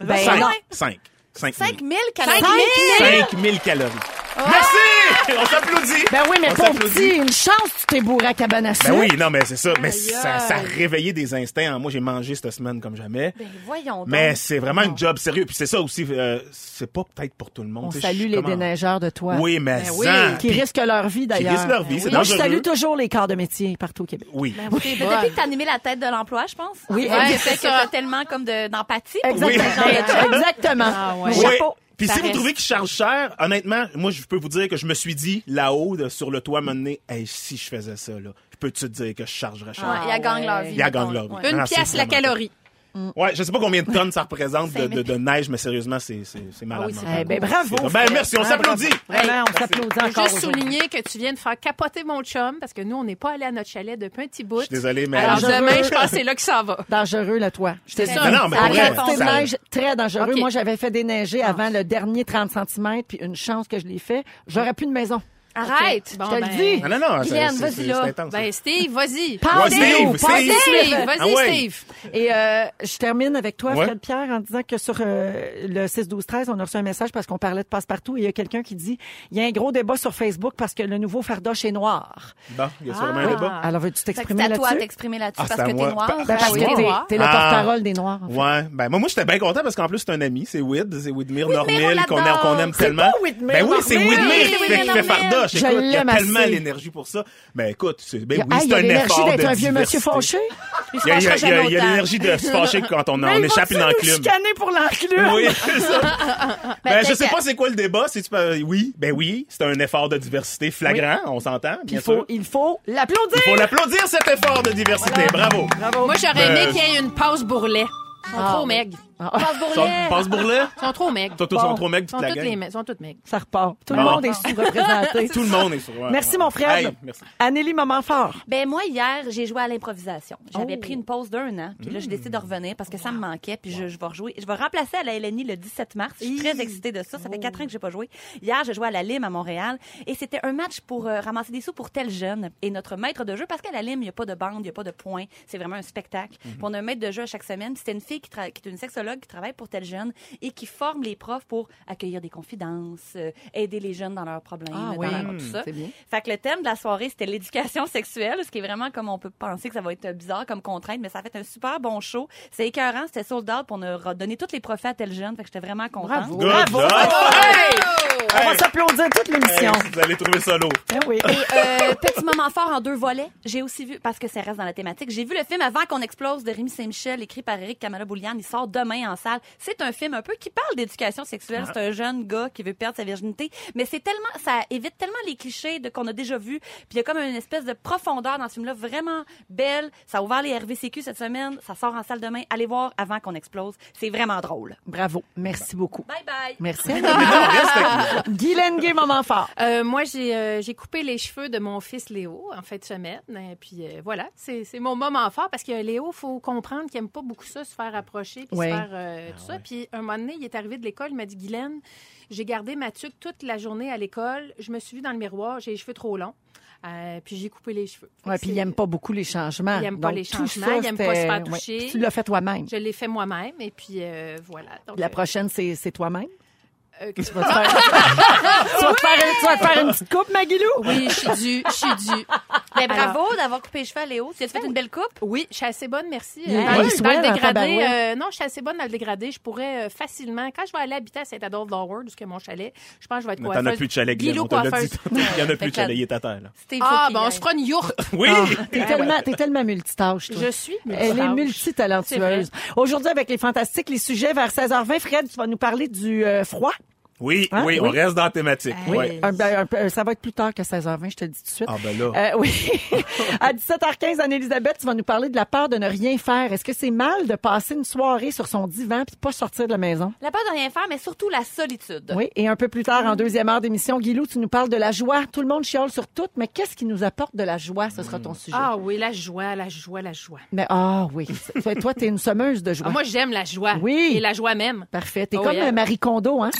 Speaker 3: Ben
Speaker 4: 5,
Speaker 3: non.
Speaker 4: 5. 5 000.
Speaker 5: 5 000
Speaker 3: Cinq
Speaker 5: calories.
Speaker 3: mille?
Speaker 4: 5000 calories. Merci! On s'applaudit!
Speaker 3: Ben oui, mais
Speaker 4: On
Speaker 3: pour
Speaker 4: s'applaudit.
Speaker 3: petit, une chance, tu t'es bourré à cabane à sucre.
Speaker 4: Ben oui, non, mais c'est ça. Mais
Speaker 6: Aïe,
Speaker 4: ça,
Speaker 6: aïe.
Speaker 4: ça a réveillé des instincts. Moi, j'ai mangé cette semaine comme jamais.
Speaker 5: Ben, voyons donc.
Speaker 4: Mais c'est vraiment une job sérieux. Puis c'est ça aussi, euh, c'est pas peut-être pour tout le monde.
Speaker 3: On
Speaker 4: Tu sais, je
Speaker 3: salue
Speaker 4: suis
Speaker 3: les
Speaker 4: comme en-
Speaker 3: déneigeurs de toi.
Speaker 4: Oui, mais
Speaker 6: Ben oui,
Speaker 4: ça,
Speaker 3: Qui
Speaker 4: puis-
Speaker 3: risquent leur vie, d'ailleurs. Ben
Speaker 4: risquent leur vie, c'est
Speaker 3: Moi, je
Speaker 4: dangereux.
Speaker 3: salue toujours les corps de métier partout au
Speaker 6: <laughs>
Speaker 3: Québec.
Speaker 4: Oui.
Speaker 5: C'est
Speaker 6: ben
Speaker 5: depuis que t'as animé la tête de l'emploi, je pense.
Speaker 3: Oui,
Speaker 5: <laughs> c'est vrai
Speaker 6: ouais,
Speaker 5: que
Speaker 6: c'est
Speaker 5: fait que
Speaker 6: ça.
Speaker 5: t'as tellement comme de- d'empathie.
Speaker 4: Oui. <laughs>
Speaker 3: Exactement. Ben, Exactement.
Speaker 6: Ah ouais.
Speaker 4: Oui.
Speaker 3: Chapeau.
Speaker 4: Puis
Speaker 6: Ça
Speaker 4: si vous
Speaker 6: reste.
Speaker 4: trouvez qu'il charge cher, honnêtement, moi, je peux vous dire que je me suis dit, là-haut, de- sur le toit, à un moment donné, Hey, si je faisais ça, là, je peux-tu te dire que je chargerais cher?
Speaker 5: Ouais, il y a gang leur vie.
Speaker 4: Il y a gang
Speaker 5: mettons,
Speaker 4: leur vie.
Speaker 5: ouais.
Speaker 4: Ah,
Speaker 6: Une
Speaker 4: c'est
Speaker 6: pièce la
Speaker 4: vraiment-
Speaker 6: calorie.
Speaker 4: Ouais, je sais pas combien de tonnes ça représente de,
Speaker 5: Cinq mille.
Speaker 4: de- de neige, mais sérieusement, c'est, c'est, c'est malade.
Speaker 6: oui, c'est
Speaker 4: mental.
Speaker 3: Eh ben, bravo.
Speaker 4: Ben,
Speaker 3: Fred.
Speaker 4: merci, on
Speaker 3: Hein,
Speaker 4: s'applaudit.
Speaker 3: bravo. Vraiment, on
Speaker 4: Hey,
Speaker 3: s'applaudit
Speaker 6: Je veux
Speaker 3: encore.
Speaker 6: Juste
Speaker 3: aujourd'hui.
Speaker 6: souligner que tu viens de faire capoter mon chum parce que nous, on n'est pas allé à notre chalet depuis un petit bout.
Speaker 4: Je suis désolé, mais.
Speaker 6: Alors
Speaker 3: je-
Speaker 6: demain, je pense que c'est là que ça va.
Speaker 3: Dangereux, là, toi. Je te
Speaker 6: C'est
Speaker 3: dis.
Speaker 6: ça.
Speaker 4: Non, non, mais
Speaker 3: À
Speaker 4: pour vrai,
Speaker 3: quantité de
Speaker 4: Ah, ça-
Speaker 3: neige, très dangereux.
Speaker 6: Ok. Ah.
Speaker 3: Moi, j'avais fait déneiger avant le dernier 30 cm, puis une chance que je l'ai fait, j'aurais plus de maison.
Speaker 5: Arrête,
Speaker 6: Bon,
Speaker 5: je te
Speaker 6: ben,
Speaker 5: le dis.
Speaker 4: Non, non, non. c'est-
Speaker 5: Guylaine,
Speaker 4: c'est-
Speaker 5: vas-y
Speaker 4: c'est-
Speaker 5: là.
Speaker 4: c'est intense,
Speaker 6: Ben, Steve, vas-y.
Speaker 4: Ouais,
Speaker 3: Parlez-nous,
Speaker 4: Steve, Steve.
Speaker 3: parlez-nous.
Speaker 6: Steve, vas-y,
Speaker 4: Ah ouais.
Speaker 6: Steve.
Speaker 3: Et euh, je termine avec toi,
Speaker 4: Ouais.
Speaker 3: Fred Pierre, en disant que sur euh, le 6-12-13, on a reçu un message parce qu'on parlait de passe-partout et il y a quelqu'un qui dit il y a un gros débat sur Facebook parce que le nouveau fardoche est noir.
Speaker 4: Bon, il y a sûrement
Speaker 5: Ah.
Speaker 4: un débat.
Speaker 3: Alors, veux-tu
Speaker 5: Fait que
Speaker 3: t'exprimer
Speaker 5: c'est à toi
Speaker 3: là-dessus?
Speaker 5: de t'exprimer là-dessus
Speaker 4: Ah,
Speaker 5: parce
Speaker 4: c'est à
Speaker 5: que t'es
Speaker 4: moi.
Speaker 5: noir.
Speaker 4: Ben,
Speaker 3: Ben, parce
Speaker 4: Ah oui,
Speaker 3: que
Speaker 4: t'es
Speaker 3: t'es-
Speaker 4: noir.
Speaker 3: t'es le
Speaker 4: Ah.
Speaker 3: porte-parole des Noirs. en fait.
Speaker 4: Ouais, ben moi, moi j'étais bien content parce qu'en plus c'est un ami, c'est Wid, c'est Widmir
Speaker 5: Widmir, on
Speaker 4: Normil qu'on aime,
Speaker 5: l'adore.
Speaker 4: qu'on aime
Speaker 5: C'est
Speaker 4: tellement.
Speaker 3: pas Widmir
Speaker 4: ben oui, c'est
Speaker 3: Normil.
Speaker 4: Widmir qui
Speaker 5: Oui,
Speaker 4: fait, qui fait
Speaker 5: Widmir
Speaker 4: fardoche.
Speaker 3: Je
Speaker 4: Écoute, il y a
Speaker 3: l'aime
Speaker 4: tellement
Speaker 3: assez.
Speaker 4: l'énergie pour ça. Ben écoute, c'est ben,
Speaker 3: Il y a,
Speaker 4: oui,
Speaker 3: ah, il
Speaker 4: c'est
Speaker 3: y a
Speaker 4: un
Speaker 3: l'énergie
Speaker 4: effort
Speaker 3: d'être
Speaker 4: de
Speaker 3: un vieux monsieur fâché.
Speaker 4: diversité.
Speaker 5: Il se
Speaker 4: Il y a, il y a-
Speaker 5: fâchera
Speaker 4: il y a- il y a
Speaker 5: jamais
Speaker 4: l'énergie de se fâcher quand
Speaker 3: Ben,
Speaker 4: on, on échappe une enclume.
Speaker 3: chicaner pour l'enclume.
Speaker 4: Oui, <laughs> c'est ça. Ben, je sais
Speaker 5: peut-être
Speaker 4: pas c'est quoi le débat. C'est oui, ben oui, c'est un effort de diversité flagrant, on s'entend.
Speaker 3: Puis
Speaker 4: Bien
Speaker 3: il faut,
Speaker 4: sûr.
Speaker 3: il faut
Speaker 4: Il
Speaker 3: l'applaudir.
Speaker 4: faut l'applaudir cet effort de diversité. Bravo.
Speaker 6: Moi, j'aurais
Speaker 4: Ben,
Speaker 6: aimé qu'il y ait une pause bourrelet. Ils sont trop maigres.
Speaker 4: Ah.
Speaker 5: Passe Bourlet.
Speaker 4: Passe bourrelet.
Speaker 6: Ils sont trop maigres.
Speaker 4: Toi, tous sont trop mecs,
Speaker 6: Ils sont
Speaker 4: toute la
Speaker 6: toutes, les
Speaker 4: gang.
Speaker 6: ma- ils sont toutes maigres.
Speaker 3: Ça repart. Tout le
Speaker 4: Bon.
Speaker 3: monde est sous-représenté.
Speaker 4: Ah. Tout le monde est sur. ouais,
Speaker 3: Merci,
Speaker 4: ouais.
Speaker 3: mon Fred.
Speaker 4: Hey, merci.
Speaker 3: Annélie, moment fort.
Speaker 5: Ben moi hier, j'ai joué à l'improvisation. J'avais
Speaker 3: Oh.
Speaker 5: pris une pause d'un an, puis là
Speaker 3: Mm.
Speaker 5: je décide de revenir parce que ça me manquait, puis je, je vais rejouer. Je vais remplacer à la LNI le 17 mars. Je suis très excitée de ça. Ça fait
Speaker 3: Oh.
Speaker 5: quatre ans que j'ai pas joué. Hier, je jouais à la Lime à Montréal et c'était un match pour euh, ramasser des sous pour tel jeune et notre maître de jeu parce qu'à la Lime, il y a pas de bande, il y a pas de points, c'est vraiment un spectacle.
Speaker 3: Mm-hmm.
Speaker 5: Puis on a un maître de jeu à chaque semaine, puis c'était une fille qui, tra- qui est une sexologue qui travaille pour tel jeune et qui forme les profs pour accueillir des confidences, euh, aider les jeunes dans leurs problèmes,
Speaker 3: Ah
Speaker 5: dans
Speaker 3: oui.
Speaker 5: leur- tout ça.
Speaker 3: C'est bien.
Speaker 5: Fait que le thème de la soirée, c'était l'éducation sexuelle, ce qui est vraiment comme on peut penser que ça va être bizarre comme contrainte, mais ça a fait un super bon show. C'est écœurant, c'était sold out, puis on a donné toutes les profits à tel jeune, fait que j'étais vraiment contente.
Speaker 3: Bravo.
Speaker 4: Good
Speaker 3: Bravo.
Speaker 4: job.
Speaker 3: On va
Speaker 4: Hey.
Speaker 3: s'applaudir toute l'émission.
Speaker 4: Hey, vous allez trouver ça lourd.
Speaker 3: Eh oui.
Speaker 5: Et euh, petit moment fort en deux volets, j'ai aussi vu, parce que ça reste dans la thématique, j'ai vu le film Avant qu'on explose de Rémi Saint-Michel, écrit par Eric Kamala Boulian. Il sort demain en salle. C'est un film un peu qui parle d'éducation sexuelle. C'est un jeune gars qui veut perdre sa virginité, mais c'est tellement, ça évite tellement les clichés de qu'on a déjà vu. Puis il y a comme une espèce de profondeur dans ce film-là, vraiment belle. Ça a ouvert les RVCQ cette semaine. Ça sort en salle demain. Allez voir Avant qu'on explose. C'est vraiment drôle.
Speaker 3: Bravo. Merci beaucoup.
Speaker 5: Bye bye.
Speaker 3: Merci. Guylaine Gay, moment fort.
Speaker 6: Euh, moi, j'ai euh, j'ai coupé les cheveux de mon fils Léo en fin de semaine. Et puis euh, voilà, c'est c'est mon moment fort parce que Léo, faut comprendre qu'il aime pas beaucoup ça, se faire approcher, puis
Speaker 3: Ouais.
Speaker 6: se faire euh, tout ça. Puis un moment donné, il est arrivé de l'école, il m'a dit Guylaine, j'ai gardé ma tuque toute la journée à l'école. Je me suis vue dans le miroir, j'ai les cheveux trop longs. Euh, puis j'ai coupé les cheveux. Fait
Speaker 3: Ouais,
Speaker 6: que
Speaker 3: puis il
Speaker 6: c'est-
Speaker 3: n'aime pas beaucoup les changements.
Speaker 6: Il aime pas
Speaker 3: Donc,
Speaker 6: les
Speaker 3: tout
Speaker 6: changements,
Speaker 3: ça,
Speaker 6: il aime pas se
Speaker 3: c'était-
Speaker 6: faire
Speaker 3: ouais.
Speaker 6: toucher.
Speaker 3: Puis Tu l'as fait toi-même.
Speaker 6: Je l'ai fait moi-même et puis euh, voilà. Donc,
Speaker 3: La
Speaker 6: euh,
Speaker 3: prochaine, c'est c'est toi-même. <laughs>
Speaker 6: euh,
Speaker 3: Tu
Speaker 6: <laughs>
Speaker 3: vas te faire, tu vas te faire une- tu vas te faire une petite coupe, Maguilou?
Speaker 6: oui, je suis due, je suis due.
Speaker 5: Ben, bravo d'avoir coupé les cheveux à Léo. Tu as fait une belle coupe?
Speaker 6: Oui, je suis assez bonne, merci.
Speaker 3: Il-
Speaker 6: Euh, dans,
Speaker 3: il
Speaker 6: le-
Speaker 3: souhaite
Speaker 6: dans le
Speaker 3: en
Speaker 6: dégradé,
Speaker 3: tabarouette.
Speaker 6: euh, non, je suis assez bonne dans le dégradé. Je pourrais euh, facilement, quand je vais aller habiter à Saint-Adolphe-d'Howard, où est mon chalet, je pense que je vais être
Speaker 4: Mais T'en as
Speaker 6: coiffeuse.
Speaker 4: plus de chalet, Guylaine,
Speaker 6: Guilou
Speaker 4: on te l'a dit.
Speaker 6: coiffeuse.
Speaker 4: Il y en a plus de
Speaker 5: Fait que-
Speaker 4: chalet, il est à terre. là.
Speaker 5: C'était
Speaker 6: Ah,
Speaker 5: faut
Speaker 6: bon, on
Speaker 5: qu'il
Speaker 6: se fera une yourte.
Speaker 4: Oui!
Speaker 3: T'es tellement, t'es tellement multitâche, toi.
Speaker 6: Je suis
Speaker 3: Elle est
Speaker 6: multitâche.
Speaker 3: multitalentueuse. Aujourd'hui, avec les fantastiques, les sujets vers 16h20, Fred, tu vas nous parler du euh, froid.
Speaker 4: Oui,
Speaker 3: Hein?
Speaker 4: oui, on
Speaker 3: Oui.
Speaker 4: reste dans la thématique.
Speaker 6: Oui.
Speaker 4: Ouais.
Speaker 3: Un- ben, un- ça va être plus tard que 16h20, je te le dis tout de suite.
Speaker 4: Ah, ben là.
Speaker 3: Euh, oui. <laughs> à 17h15, Anne-Elisabeth, tu vas nous parler de la peur de ne rien faire. Est-ce que c'est mal de passer une soirée sur son divan puis de pas sortir de la maison?
Speaker 5: La peur de rien faire, mais surtout la
Speaker 6: Euh.
Speaker 5: solitude.
Speaker 3: Oui. Et un peu plus
Speaker 6: Mm.
Speaker 3: tard, en deuxième heure d'émission, Guilou, tu nous parles de la joie. Tout le monde chiale sur tout, mais qu'est-ce qui nous apporte de la joie? Ce sera ton sujet.
Speaker 6: <laughs> Ah oui, la joie, la joie, la joie.
Speaker 3: Mais, ah oui. Toi, toi, t'es une sommeuse de joie.
Speaker 6: Ah, moi, j'aime la joie.
Speaker 3: Oui.
Speaker 6: Et la joie même.
Speaker 3: Parfait. T'es
Speaker 6: Oh,
Speaker 3: comme
Speaker 6: yeah.
Speaker 3: euh, Marie Kondo, hein?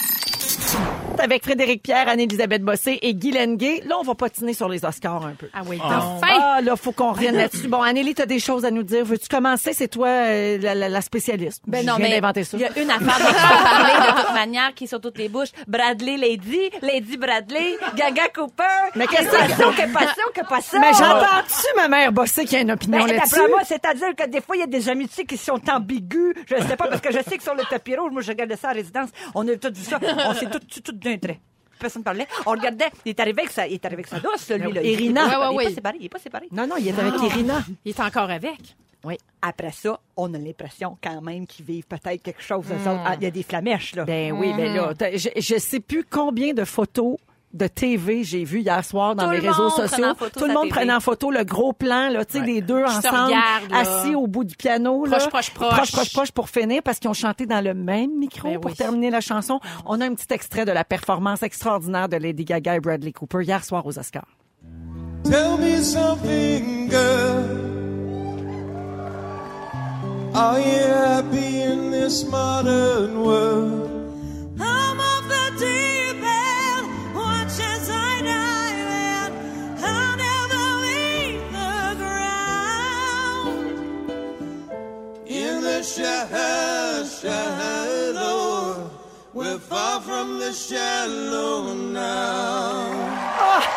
Speaker 3: Avec Frédéric Pierre, Anne-Elisabeth Bossé et Guylaine Gay. Là, on va patiner sur les Oscars un peu.
Speaker 6: Ah oui, donc.
Speaker 5: Enfin!
Speaker 3: Ah, là, faut qu'on revienne là-dessus. Bon, Annélie, t'as des choses à nous dire. Veux-tu commencer? C'est toi euh, la, la- la spécialiste.
Speaker 5: Ben
Speaker 3: Je
Speaker 5: non,
Speaker 3: viens
Speaker 5: mais
Speaker 3: d'inventer ça.
Speaker 5: il y a une affaire dont je peux parler de toute manière qui est sur toutes les bouches. Bradley Lady, Lady Bradley, Gaga Cooper.
Speaker 3: Mais qu'est-ce que-
Speaker 5: passion, que passion, que passion.
Speaker 3: Mais j'entends-tu ma mère Bossé qui a une opinion
Speaker 2: Ben,
Speaker 3: là-dessus?
Speaker 2: d'après moi, c'est-à-dire que des fois, il y a des amitiés qui sont ambiguës. Je ne sais pas, parce que je sais que sur le tapis rouge, moi, je regardais ça à résidence. On a tout vu ça. On s'est tout, tout, tout d'un trait. Personne ne parlait. On regardait. Il est arrivé avec sa, il est arrivé avec sa douce, celui-là. Il-
Speaker 3: Ah. Ben Irina.
Speaker 2: Il est pas-
Speaker 6: Ouais, ouais,
Speaker 2: il est
Speaker 6: ouais.
Speaker 2: pas séparé. Il est pas séparé.
Speaker 3: Non, non, il est
Speaker 5: Ah!
Speaker 3: avec Irina.
Speaker 6: Il est encore avec.
Speaker 2: Après ça, on a l'impression quand même qu'ils vivent peut-être quelque chose. eux autres. Ah, il y a des flamèches, là.
Speaker 3: Ben oui, ben
Speaker 6: Mhm.
Speaker 3: là, t'as- je, je sais plus combien de photos de TV j'ai vu hier soir dans
Speaker 5: Tout
Speaker 3: mes
Speaker 5: le
Speaker 3: réseaux
Speaker 5: monde
Speaker 3: sociaux.
Speaker 5: prenait en photo
Speaker 3: Tout le
Speaker 5: sa
Speaker 3: monde
Speaker 5: TV.
Speaker 3: prenait en photo le gros plan, là, tu sais, des deux
Speaker 6: se
Speaker 3: ensemble,
Speaker 6: regardent, là.
Speaker 3: assis au bout du piano, là.
Speaker 6: Proche, proche, proche.
Speaker 3: proche, proche, proche pour finir, parce qu'ils ont chanté dans le même micro
Speaker 6: Ben
Speaker 3: pour
Speaker 6: oui.
Speaker 3: terminer la chanson. On a un petit extrait de la performance extraordinaire de Lady Gaga et Bradley Cooper hier soir aux Oscars.
Speaker 7: Tell me something, girl. Are you happy in this modern world?
Speaker 8: I'm off the deep end. Watch as I dive
Speaker 7: sha- shallow. We're far from the shallow now.
Speaker 4: <laughs>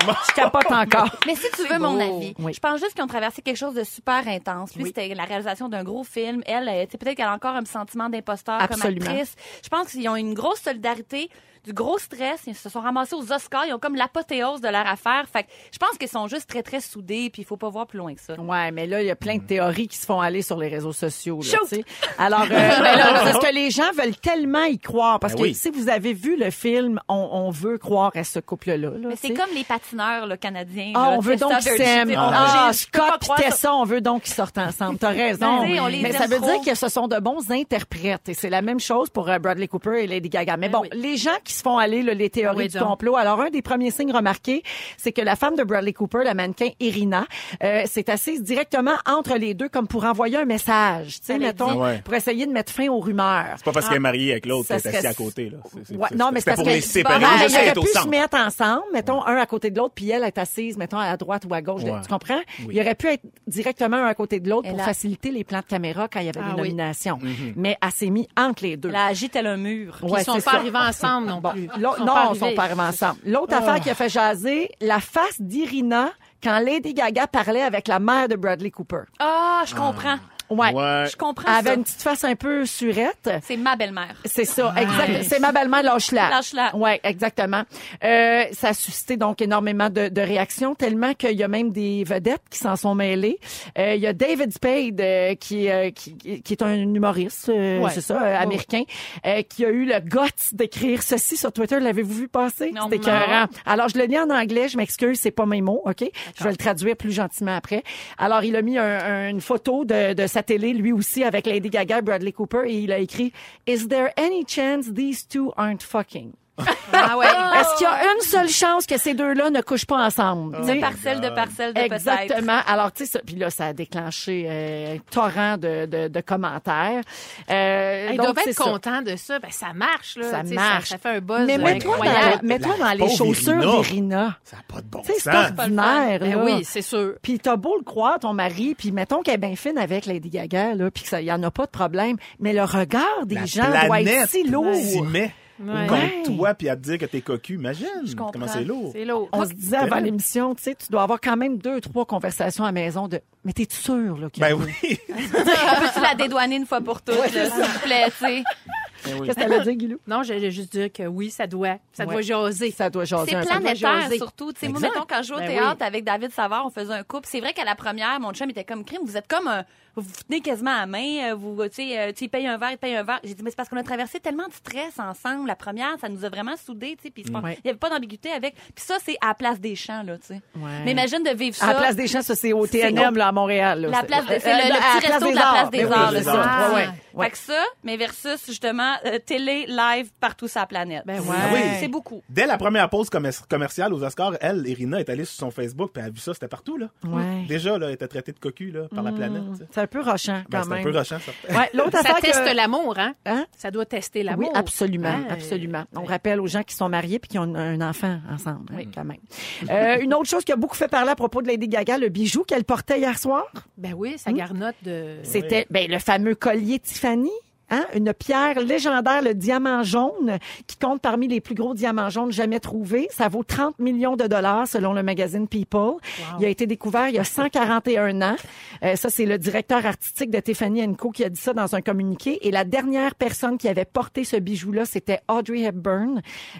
Speaker 3: Je capote encore.
Speaker 5: Mais si tu veux mon avis,
Speaker 3: Oui.
Speaker 5: je pense juste qu'ils ont traversé quelque chose de super intense. Lui, c'était la réalisation d'un gros film. Elle, euh, tu sais, peut-être qu'elle a encore un sentiment d'imposteur comme
Speaker 3: Absolument.
Speaker 5: actrice. Je pense qu'ils ont une grosse solidarité, du gros stress. Ils se sont ramassés aux Oscars. Ils ont comme l'apothéose de leur affaire. Fait que je pense qu'ils sont juste très, très soudés. Puis il faut pas voir plus loin que ça.
Speaker 3: Ouais, mais là, il y a plein
Speaker 4: Mm.
Speaker 3: de théories qui se font aller sur les réseaux sociaux. Là,
Speaker 5: Shoot!
Speaker 3: tu sais.
Speaker 5: <laughs>
Speaker 3: Alors, euh, ben là, parce que les gens veulent tellement y croire. Parce
Speaker 4: Ben
Speaker 3: que
Speaker 4: oui.
Speaker 3: si vous avez vu le film, on, on veut croire à ce couple-là. là,
Speaker 5: Mais
Speaker 3: tu
Speaker 5: c'est
Speaker 3: sais.
Speaker 5: comme les patineurs là, canadiens.
Speaker 3: Ah,
Speaker 5: là,
Speaker 3: on veut
Speaker 5: Tessa
Speaker 3: donc qu'ils
Speaker 5: Virginie,
Speaker 3: s'aiment.
Speaker 5: on-
Speaker 3: Ah,
Speaker 5: j'ai- je peux pas
Speaker 3: Scott
Speaker 5: croire
Speaker 3: pis
Speaker 5: ça.
Speaker 3: Tessa, on veut donc qu'ils sortent ensemble.
Speaker 5: <laughs>
Speaker 3: T'as raison.
Speaker 5: Ben oui, on les
Speaker 3: Mais
Speaker 5: aime
Speaker 3: ça veut
Speaker 5: trop.
Speaker 3: dire que ce sont de bons interprètes. Et c'est la même chose pour euh, Bradley Cooper et Lady Gaga.
Speaker 5: Ben
Speaker 3: Mais bon,
Speaker 6: oui.
Speaker 3: les gens qui se font aller là, les théories
Speaker 6: Oui,
Speaker 3: du
Speaker 6: donc.
Speaker 3: complot. Alors, un des premiers signes remarqués, c'est que la femme de Bradley Cooper, la mannequin Irina, euh, s'est assise directement entre les deux comme pour envoyer un message. Tu sais,
Speaker 5: Elle a
Speaker 3: mettons,
Speaker 4: dit- Ah Ouais.
Speaker 3: pour essayer de mettre fin aux rumeurs.
Speaker 4: C'est pas
Speaker 5: Ah.
Speaker 4: parce qu'elle est mariée avec l'autre
Speaker 3: Ah. Ça
Speaker 4: qu'elle est
Speaker 3: serait-
Speaker 4: assise à côté. Là. C'est- c'est-
Speaker 3: Ouais,
Speaker 4: c'est-
Speaker 3: non, mais c'est
Speaker 4: c'était
Speaker 3: parce
Speaker 4: pour
Speaker 3: que-
Speaker 4: les séparer.
Speaker 3: Ben,
Speaker 4: On
Speaker 3: ils
Speaker 4: juste
Speaker 3: auraient
Speaker 4: être au
Speaker 3: pu se
Speaker 4: centre.
Speaker 3: mettre ensemble, mettons, un à côté de l'autre, puis elle est assise, mettons, à droite ou à gauche.
Speaker 4: Ouais.
Speaker 3: Tu comprends? Il aurait pu être directement un à côté de l'autre
Speaker 5: Elle
Speaker 3: pour
Speaker 5: a-
Speaker 3: faciliter les plans de caméra quand il y avait
Speaker 6: Ah
Speaker 3: des
Speaker 6: oui.
Speaker 3: nominations.
Speaker 4: Mhm.
Speaker 3: Mais elle s'est mise entre les deux.
Speaker 5: Elle a agi tel un mur.
Speaker 6: Puis
Speaker 3: Ouais,
Speaker 6: ils sont
Speaker 3: c'est
Speaker 6: pas
Speaker 3: ça.
Speaker 6: arrivés ensemble non plus. Ils
Speaker 3: L'autre-
Speaker 6: sont
Speaker 3: non,
Speaker 6: pas
Speaker 3: ils sont
Speaker 6: arrivés.
Speaker 3: pas arrivés ensemble. L'autre affaire qui a fait jaser, la face d'Irina quand Lady Gaga parlait avec la mère de Bradley Cooper.
Speaker 5: Ah, je comprends.
Speaker 3: Ouais.
Speaker 4: Ouais.
Speaker 5: Je
Speaker 6: Ah,
Speaker 5: comprends
Speaker 3: Elle avait
Speaker 5: ça.
Speaker 3: une petite face un peu surette.
Speaker 5: C'est ma belle-mère.
Speaker 3: C'est ça, exact. C'est ma belle-mère lâche-la.
Speaker 5: Lâche-la.
Speaker 3: Oui, exactement. Euh, ça a suscité donc énormément de, de réactions, tellement qu'il y a même des vedettes qui s'en sont mêlées. Euh, il y a David Spade, euh, qui, euh, qui, qui est un humoriste, euh,
Speaker 6: Ouais.
Speaker 3: c'est ça, euh, américain, euh, qui a eu le guts d'écrire ceci sur Twitter. L'avez-vous vu passer?
Speaker 5: Non,
Speaker 6: Oh
Speaker 3: C'était
Speaker 5: non.
Speaker 3: écœurant. Alors, je le lis en anglais, je m'excuse, c'est pas mes mots, OK? Je vais le traduire plus gentiment après. Alors, il a mis un- un- une photo de, de sa télé, lui aussi, avec Lady Gaga et Bradley Cooper, et il a écrit « Is there any chance these two aren't fucking? »
Speaker 6: Ah ouais.
Speaker 3: Est-ce qu'il y a une seule chance que ces deux-là ne couchent pas ensemble?
Speaker 6: Oh
Speaker 3: Tu sais?
Speaker 5: De parcelle,
Speaker 4: Euh,
Speaker 5: de parcelle, de peut-être.
Speaker 3: Exactement. Alors, tu sais, ça- puis là, ça a déclenché euh, un torrent de, de, de commentaires. Euh,
Speaker 6: Ils
Speaker 3: donc,
Speaker 6: doivent
Speaker 3: c'est
Speaker 6: être
Speaker 3: ça.
Speaker 6: contents de ça. Ben, ça marche, là.
Speaker 3: Ça
Speaker 6: Tu sais,
Speaker 3: marche.
Speaker 6: Ça, fait un buzz
Speaker 3: Mais
Speaker 6: euh,
Speaker 3: mets-toi
Speaker 6: incroyable.
Speaker 3: dans, mets-toi dans les
Speaker 4: pauvre
Speaker 3: chaussures
Speaker 4: Irina.
Speaker 3: d'Irina.
Speaker 4: Ça n'a pas de bon
Speaker 3: Tu sais, c'est
Speaker 4: sens.
Speaker 3: ordinaire,
Speaker 6: Ben
Speaker 3: là.
Speaker 6: oui, c'est sûr.
Speaker 3: Puis t'as beau le croire, ton mari, puis mettons qu'elle est bien fine avec Lady Gaga, là, puis qu'il y en a pas de problème, mais le regard des
Speaker 4: La
Speaker 3: gens doit être si
Speaker 4: planète s'y
Speaker 3: lourd.
Speaker 4: met
Speaker 6: Ouais.
Speaker 4: contre toi puis à te dire que t'es cocu. Imagine
Speaker 5: comprends.
Speaker 4: comment c'est lourd.
Speaker 6: C'est l'autre.
Speaker 3: On se disait avant l'émission, tu sais, tu dois avoir quand même deux, trois conversations à la maison de « Mais t'es-tu sûr, là, que
Speaker 4: Ben oui. <laughs>
Speaker 5: Peux-tu la dédouaner une fois pour toutes, là, s'il vous plaît, tu sais?
Speaker 3: Qu'est-ce que t'allais dire, Guilou?
Speaker 6: Non, j'allais juste dire que oui, ça doit, ça
Speaker 3: Ouais.
Speaker 6: doit jaser.
Speaker 3: Ça doit jaser
Speaker 5: C'est
Speaker 3: un peu.
Speaker 5: planétaire, surtout. Tu sais, moi,
Speaker 4: Exact.
Speaker 5: mettons, quand je jouais au
Speaker 6: Ben
Speaker 5: théâtre avec David Savard, on faisait un couple. C'est vrai qu'à la première, mon chum était comme crime. Vous êtes comme un- Vous vous tenez quasiment à main. euh, Vous, euh, tu sais, euh, tu payes un verre, il paye un verre. J'ai dit, mais c'est parce qu'on a traversé tellement de stress ensemble. La première, ça nous a vraiment soudés, tu sais. Puis je pense-
Speaker 3: Ouais.
Speaker 5: il n'y avait pas d'ambiguïté avec. Puis ça, c'est à la place des champs, là, tu sais.
Speaker 3: Ouais.
Speaker 5: Mais imagine de vivre ça.
Speaker 3: À la place des champs, ça, c'est au
Speaker 5: C'est-
Speaker 3: TNM, là, à Montréal. là.
Speaker 5: La
Speaker 3: C'est-
Speaker 5: place-
Speaker 3: euh,
Speaker 5: c'est le-
Speaker 3: euh,
Speaker 5: le
Speaker 3: à la
Speaker 5: petit resto de la place des
Speaker 3: Mais Ben oui,
Speaker 5: Arts,
Speaker 3: c'est
Speaker 5: là,
Speaker 3: ça.
Speaker 6: ça.
Speaker 3: Ouais, ouais, ouais.
Speaker 5: Fait que ça, mais versus, justement, euh, télé, live, partout sur la planète.
Speaker 6: Ben
Speaker 5: C'est-
Speaker 6: ouais.
Speaker 4: Ah oui.
Speaker 5: C'est beaucoup.
Speaker 4: Dès la première pause commer- commerciale aux Oscars, elle, Irina, est allée sur son Facebook puis elle a vu ça, c'était partout. là.
Speaker 3: Ouais.
Speaker 4: Déjà, là, elle était traitée de cocu là, par la planète. tu sais.
Speaker 3: C'est un peu rochant,
Speaker 4: Ben,
Speaker 3: quand
Speaker 4: c'est un
Speaker 3: même.
Speaker 4: peu rochant, ça.
Speaker 3: Ouais, l'autre
Speaker 6: Ça
Speaker 3: affaire que-
Speaker 6: teste l'amour, hein?
Speaker 3: Hein?
Speaker 6: Ça doit tester
Speaker 3: Oui,
Speaker 6: l'amour. Ben, Ah, euh,
Speaker 3: absolument,
Speaker 6: Ouais.
Speaker 3: absolument. On rappelle aux gens qui sont mariés puis qui ont un enfant ensemble, hein, quand même. Euh, une autre chose qui a beaucoup fait parler à propos de Lady Gaga, le bijou qu'elle portait hier soir,
Speaker 6: Ben oui,
Speaker 3: Hmm?
Speaker 6: ça garnote de.
Speaker 3: c'était ben, le fameux collier Tiffany. Hein, une pierre légendaire, le diamant jaune, qui compte parmi les plus gros diamants jaunes jamais trouvés. Ça vaut 30 millions de dollars selon le magazine People. Il a été découvert il y a 141 ans. Euh, ça, c'est le directeur artistique de Tiffany Co qui a dit ça dans un communiqué. Et la dernière personne qui avait porté ce bijou-là, c'était Audrey Hepburn.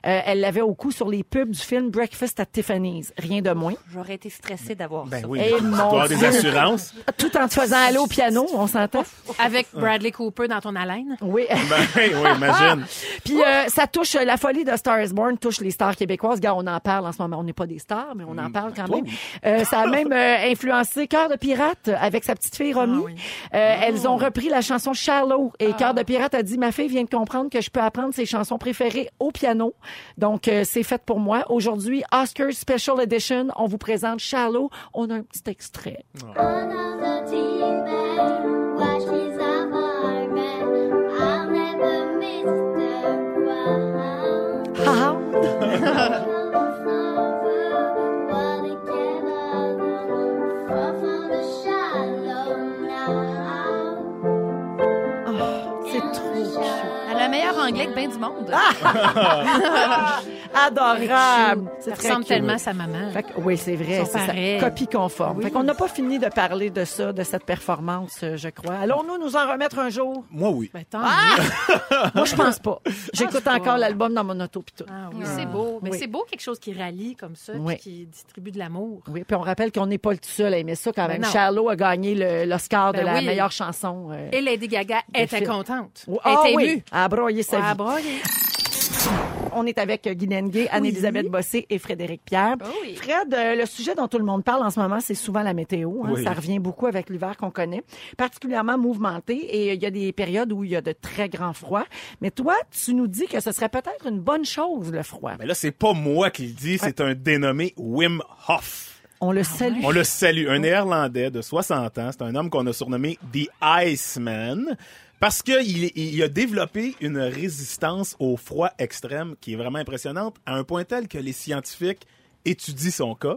Speaker 3: Euh, elle l'avait au cou sur les pubs du film Breakfast at Tiffany's. Rien de moins.
Speaker 5: J'aurais été stressée d'avoir
Speaker 4: Ben
Speaker 5: ça.
Speaker 4: oui.
Speaker 3: Eh,
Speaker 4: tu
Speaker 3: mon
Speaker 4: dois avoir des
Speaker 3: Dieu.
Speaker 4: assurances. <laughs>
Speaker 3: Tout en te faisant aller au piano, on s'entend?
Speaker 6: Avec Bradley Cooper dans ton haleine.
Speaker 3: Oui.
Speaker 4: Ben oui, imagine.
Speaker 3: Puis euh, ça touche euh, la folie de Star is Born touche les stars québécoises. Gars, on en parle en ce moment. On n'est pas des stars, mais on en parle quand même. Euh, ça a même euh, influencé Cœur de pirate euh, avec sa petite fille
Speaker 6: Ah
Speaker 3: Romy. Euh, Elles ont repris la chanson Shallow et Cœur de pirate a dit ma fille vient de comprendre que je peux apprendre ses chansons préférées au piano. Donc euh, c'est fait pour moi. Aujourd'hui, Oscar Special Edition, on vous présente Shallow. On a un petit extrait.
Speaker 8: One of the team men, watch his apartment. I'll never miss the crowd.
Speaker 6: Ah,
Speaker 3: Haha.
Speaker 8: Comes over, all together. Far from the shallow now.
Speaker 6: Elle a le meilleur anglais que bien du monde.
Speaker 3: Adorable.
Speaker 6: Ça
Speaker 3: Ah! C'est très
Speaker 6: ressemble
Speaker 3: cute.
Speaker 6: tellement à sa maman.
Speaker 3: Fait que- oui, c'est vrai.
Speaker 6: Ils sont
Speaker 3: c'est ça.
Speaker 6: pareils.
Speaker 3: Copie conforme. Fait qu'on n'a pas fini de parler de ça, de cette performance, euh, je crois. Allons-nous nous en remettre un jour?
Speaker 4: Moi, oui.
Speaker 6: Ben, tant
Speaker 3: Ah!
Speaker 6: mieux.
Speaker 3: Moi, je pense pas. J'écoute
Speaker 6: pas.
Speaker 3: encore l'album dans mon auto pis tout.
Speaker 6: Ah oui, c'est beau. Mais
Speaker 3: Oui.
Speaker 6: c'est beau quelque chose qui rallie comme ça, puis
Speaker 3: Oui.
Speaker 6: qui distribue de l'amour.
Speaker 3: Oui, puis on rappelle qu'on n'est pas le tout seul à aimer ça quand même.
Speaker 6: Ben non.
Speaker 3: Charlot a gagné le- l'Oscar de
Speaker 6: Ben
Speaker 3: la
Speaker 6: oui.
Speaker 3: meilleure chanson. euh,
Speaker 6: Et Lady Gaga était
Speaker 3: films.
Speaker 6: contente.
Speaker 3: Oh,
Speaker 6: Elle
Speaker 3: ah
Speaker 6: était
Speaker 3: oui,
Speaker 6: émue.
Speaker 3: à broyer sa
Speaker 6: Elle a
Speaker 3: vie.
Speaker 6: broyé.
Speaker 3: On est avec euh, Guy Nengue, Anne-Élisabeth Bossé et Frédéric Pierre.
Speaker 6: oui.
Speaker 3: Fred, euh, le sujet dont tout le monde parle en ce moment, c'est souvent la météo. hein.
Speaker 4: Oui.
Speaker 3: Ça revient beaucoup avec l'hiver qu'on connaît, particulièrement mouvementé. Et euh, il y a des périodes où il y a de très grands froids. Mais toi, tu nous dis que ce serait peut-être une bonne chose, le froid.
Speaker 4: Mais Ben là, c'est pas moi qui le dis, c'est un dénommé Wim Hof.
Speaker 3: On le salue.
Speaker 4: On le salue. Un Néerlandais de 60 ans. C'est un homme qu'on a surnommé The Iceman. Parce qu'il il a développé une résistance au froid extrême qui est vraiment impressionnante, à un point tel que les scientifiques étudient son cas,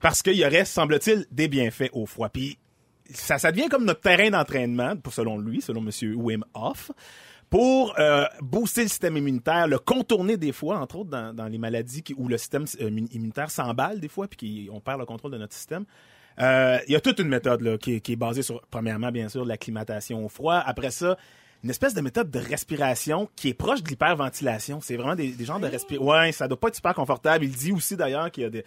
Speaker 4: parce qu'il y aurait, semble-t-il, des bienfaits au froid. Puis ça, ça devient comme notre terrain d'entraînement, pour- selon lui, selon M. Wim Hof, pour euh, booster le système immunitaire, le contourner des fois, entre autres dans, dans les maladies qui- où le système euh, immun- immunitaire s'emballe des fois, puis qu'on perd le contrôle de notre système. Euh, Il y a toute une méthode là, qui, est- qui est basée sur, premièrement, bien sûr, l'acclimatation au froid. Après ça, une espèce de méthode de respiration qui est proche de l'hyperventilation. C'est vraiment des, des genres de respiration. Ouais, ça doit pas être super confortable. Il dit aussi d'ailleurs qu'il y a des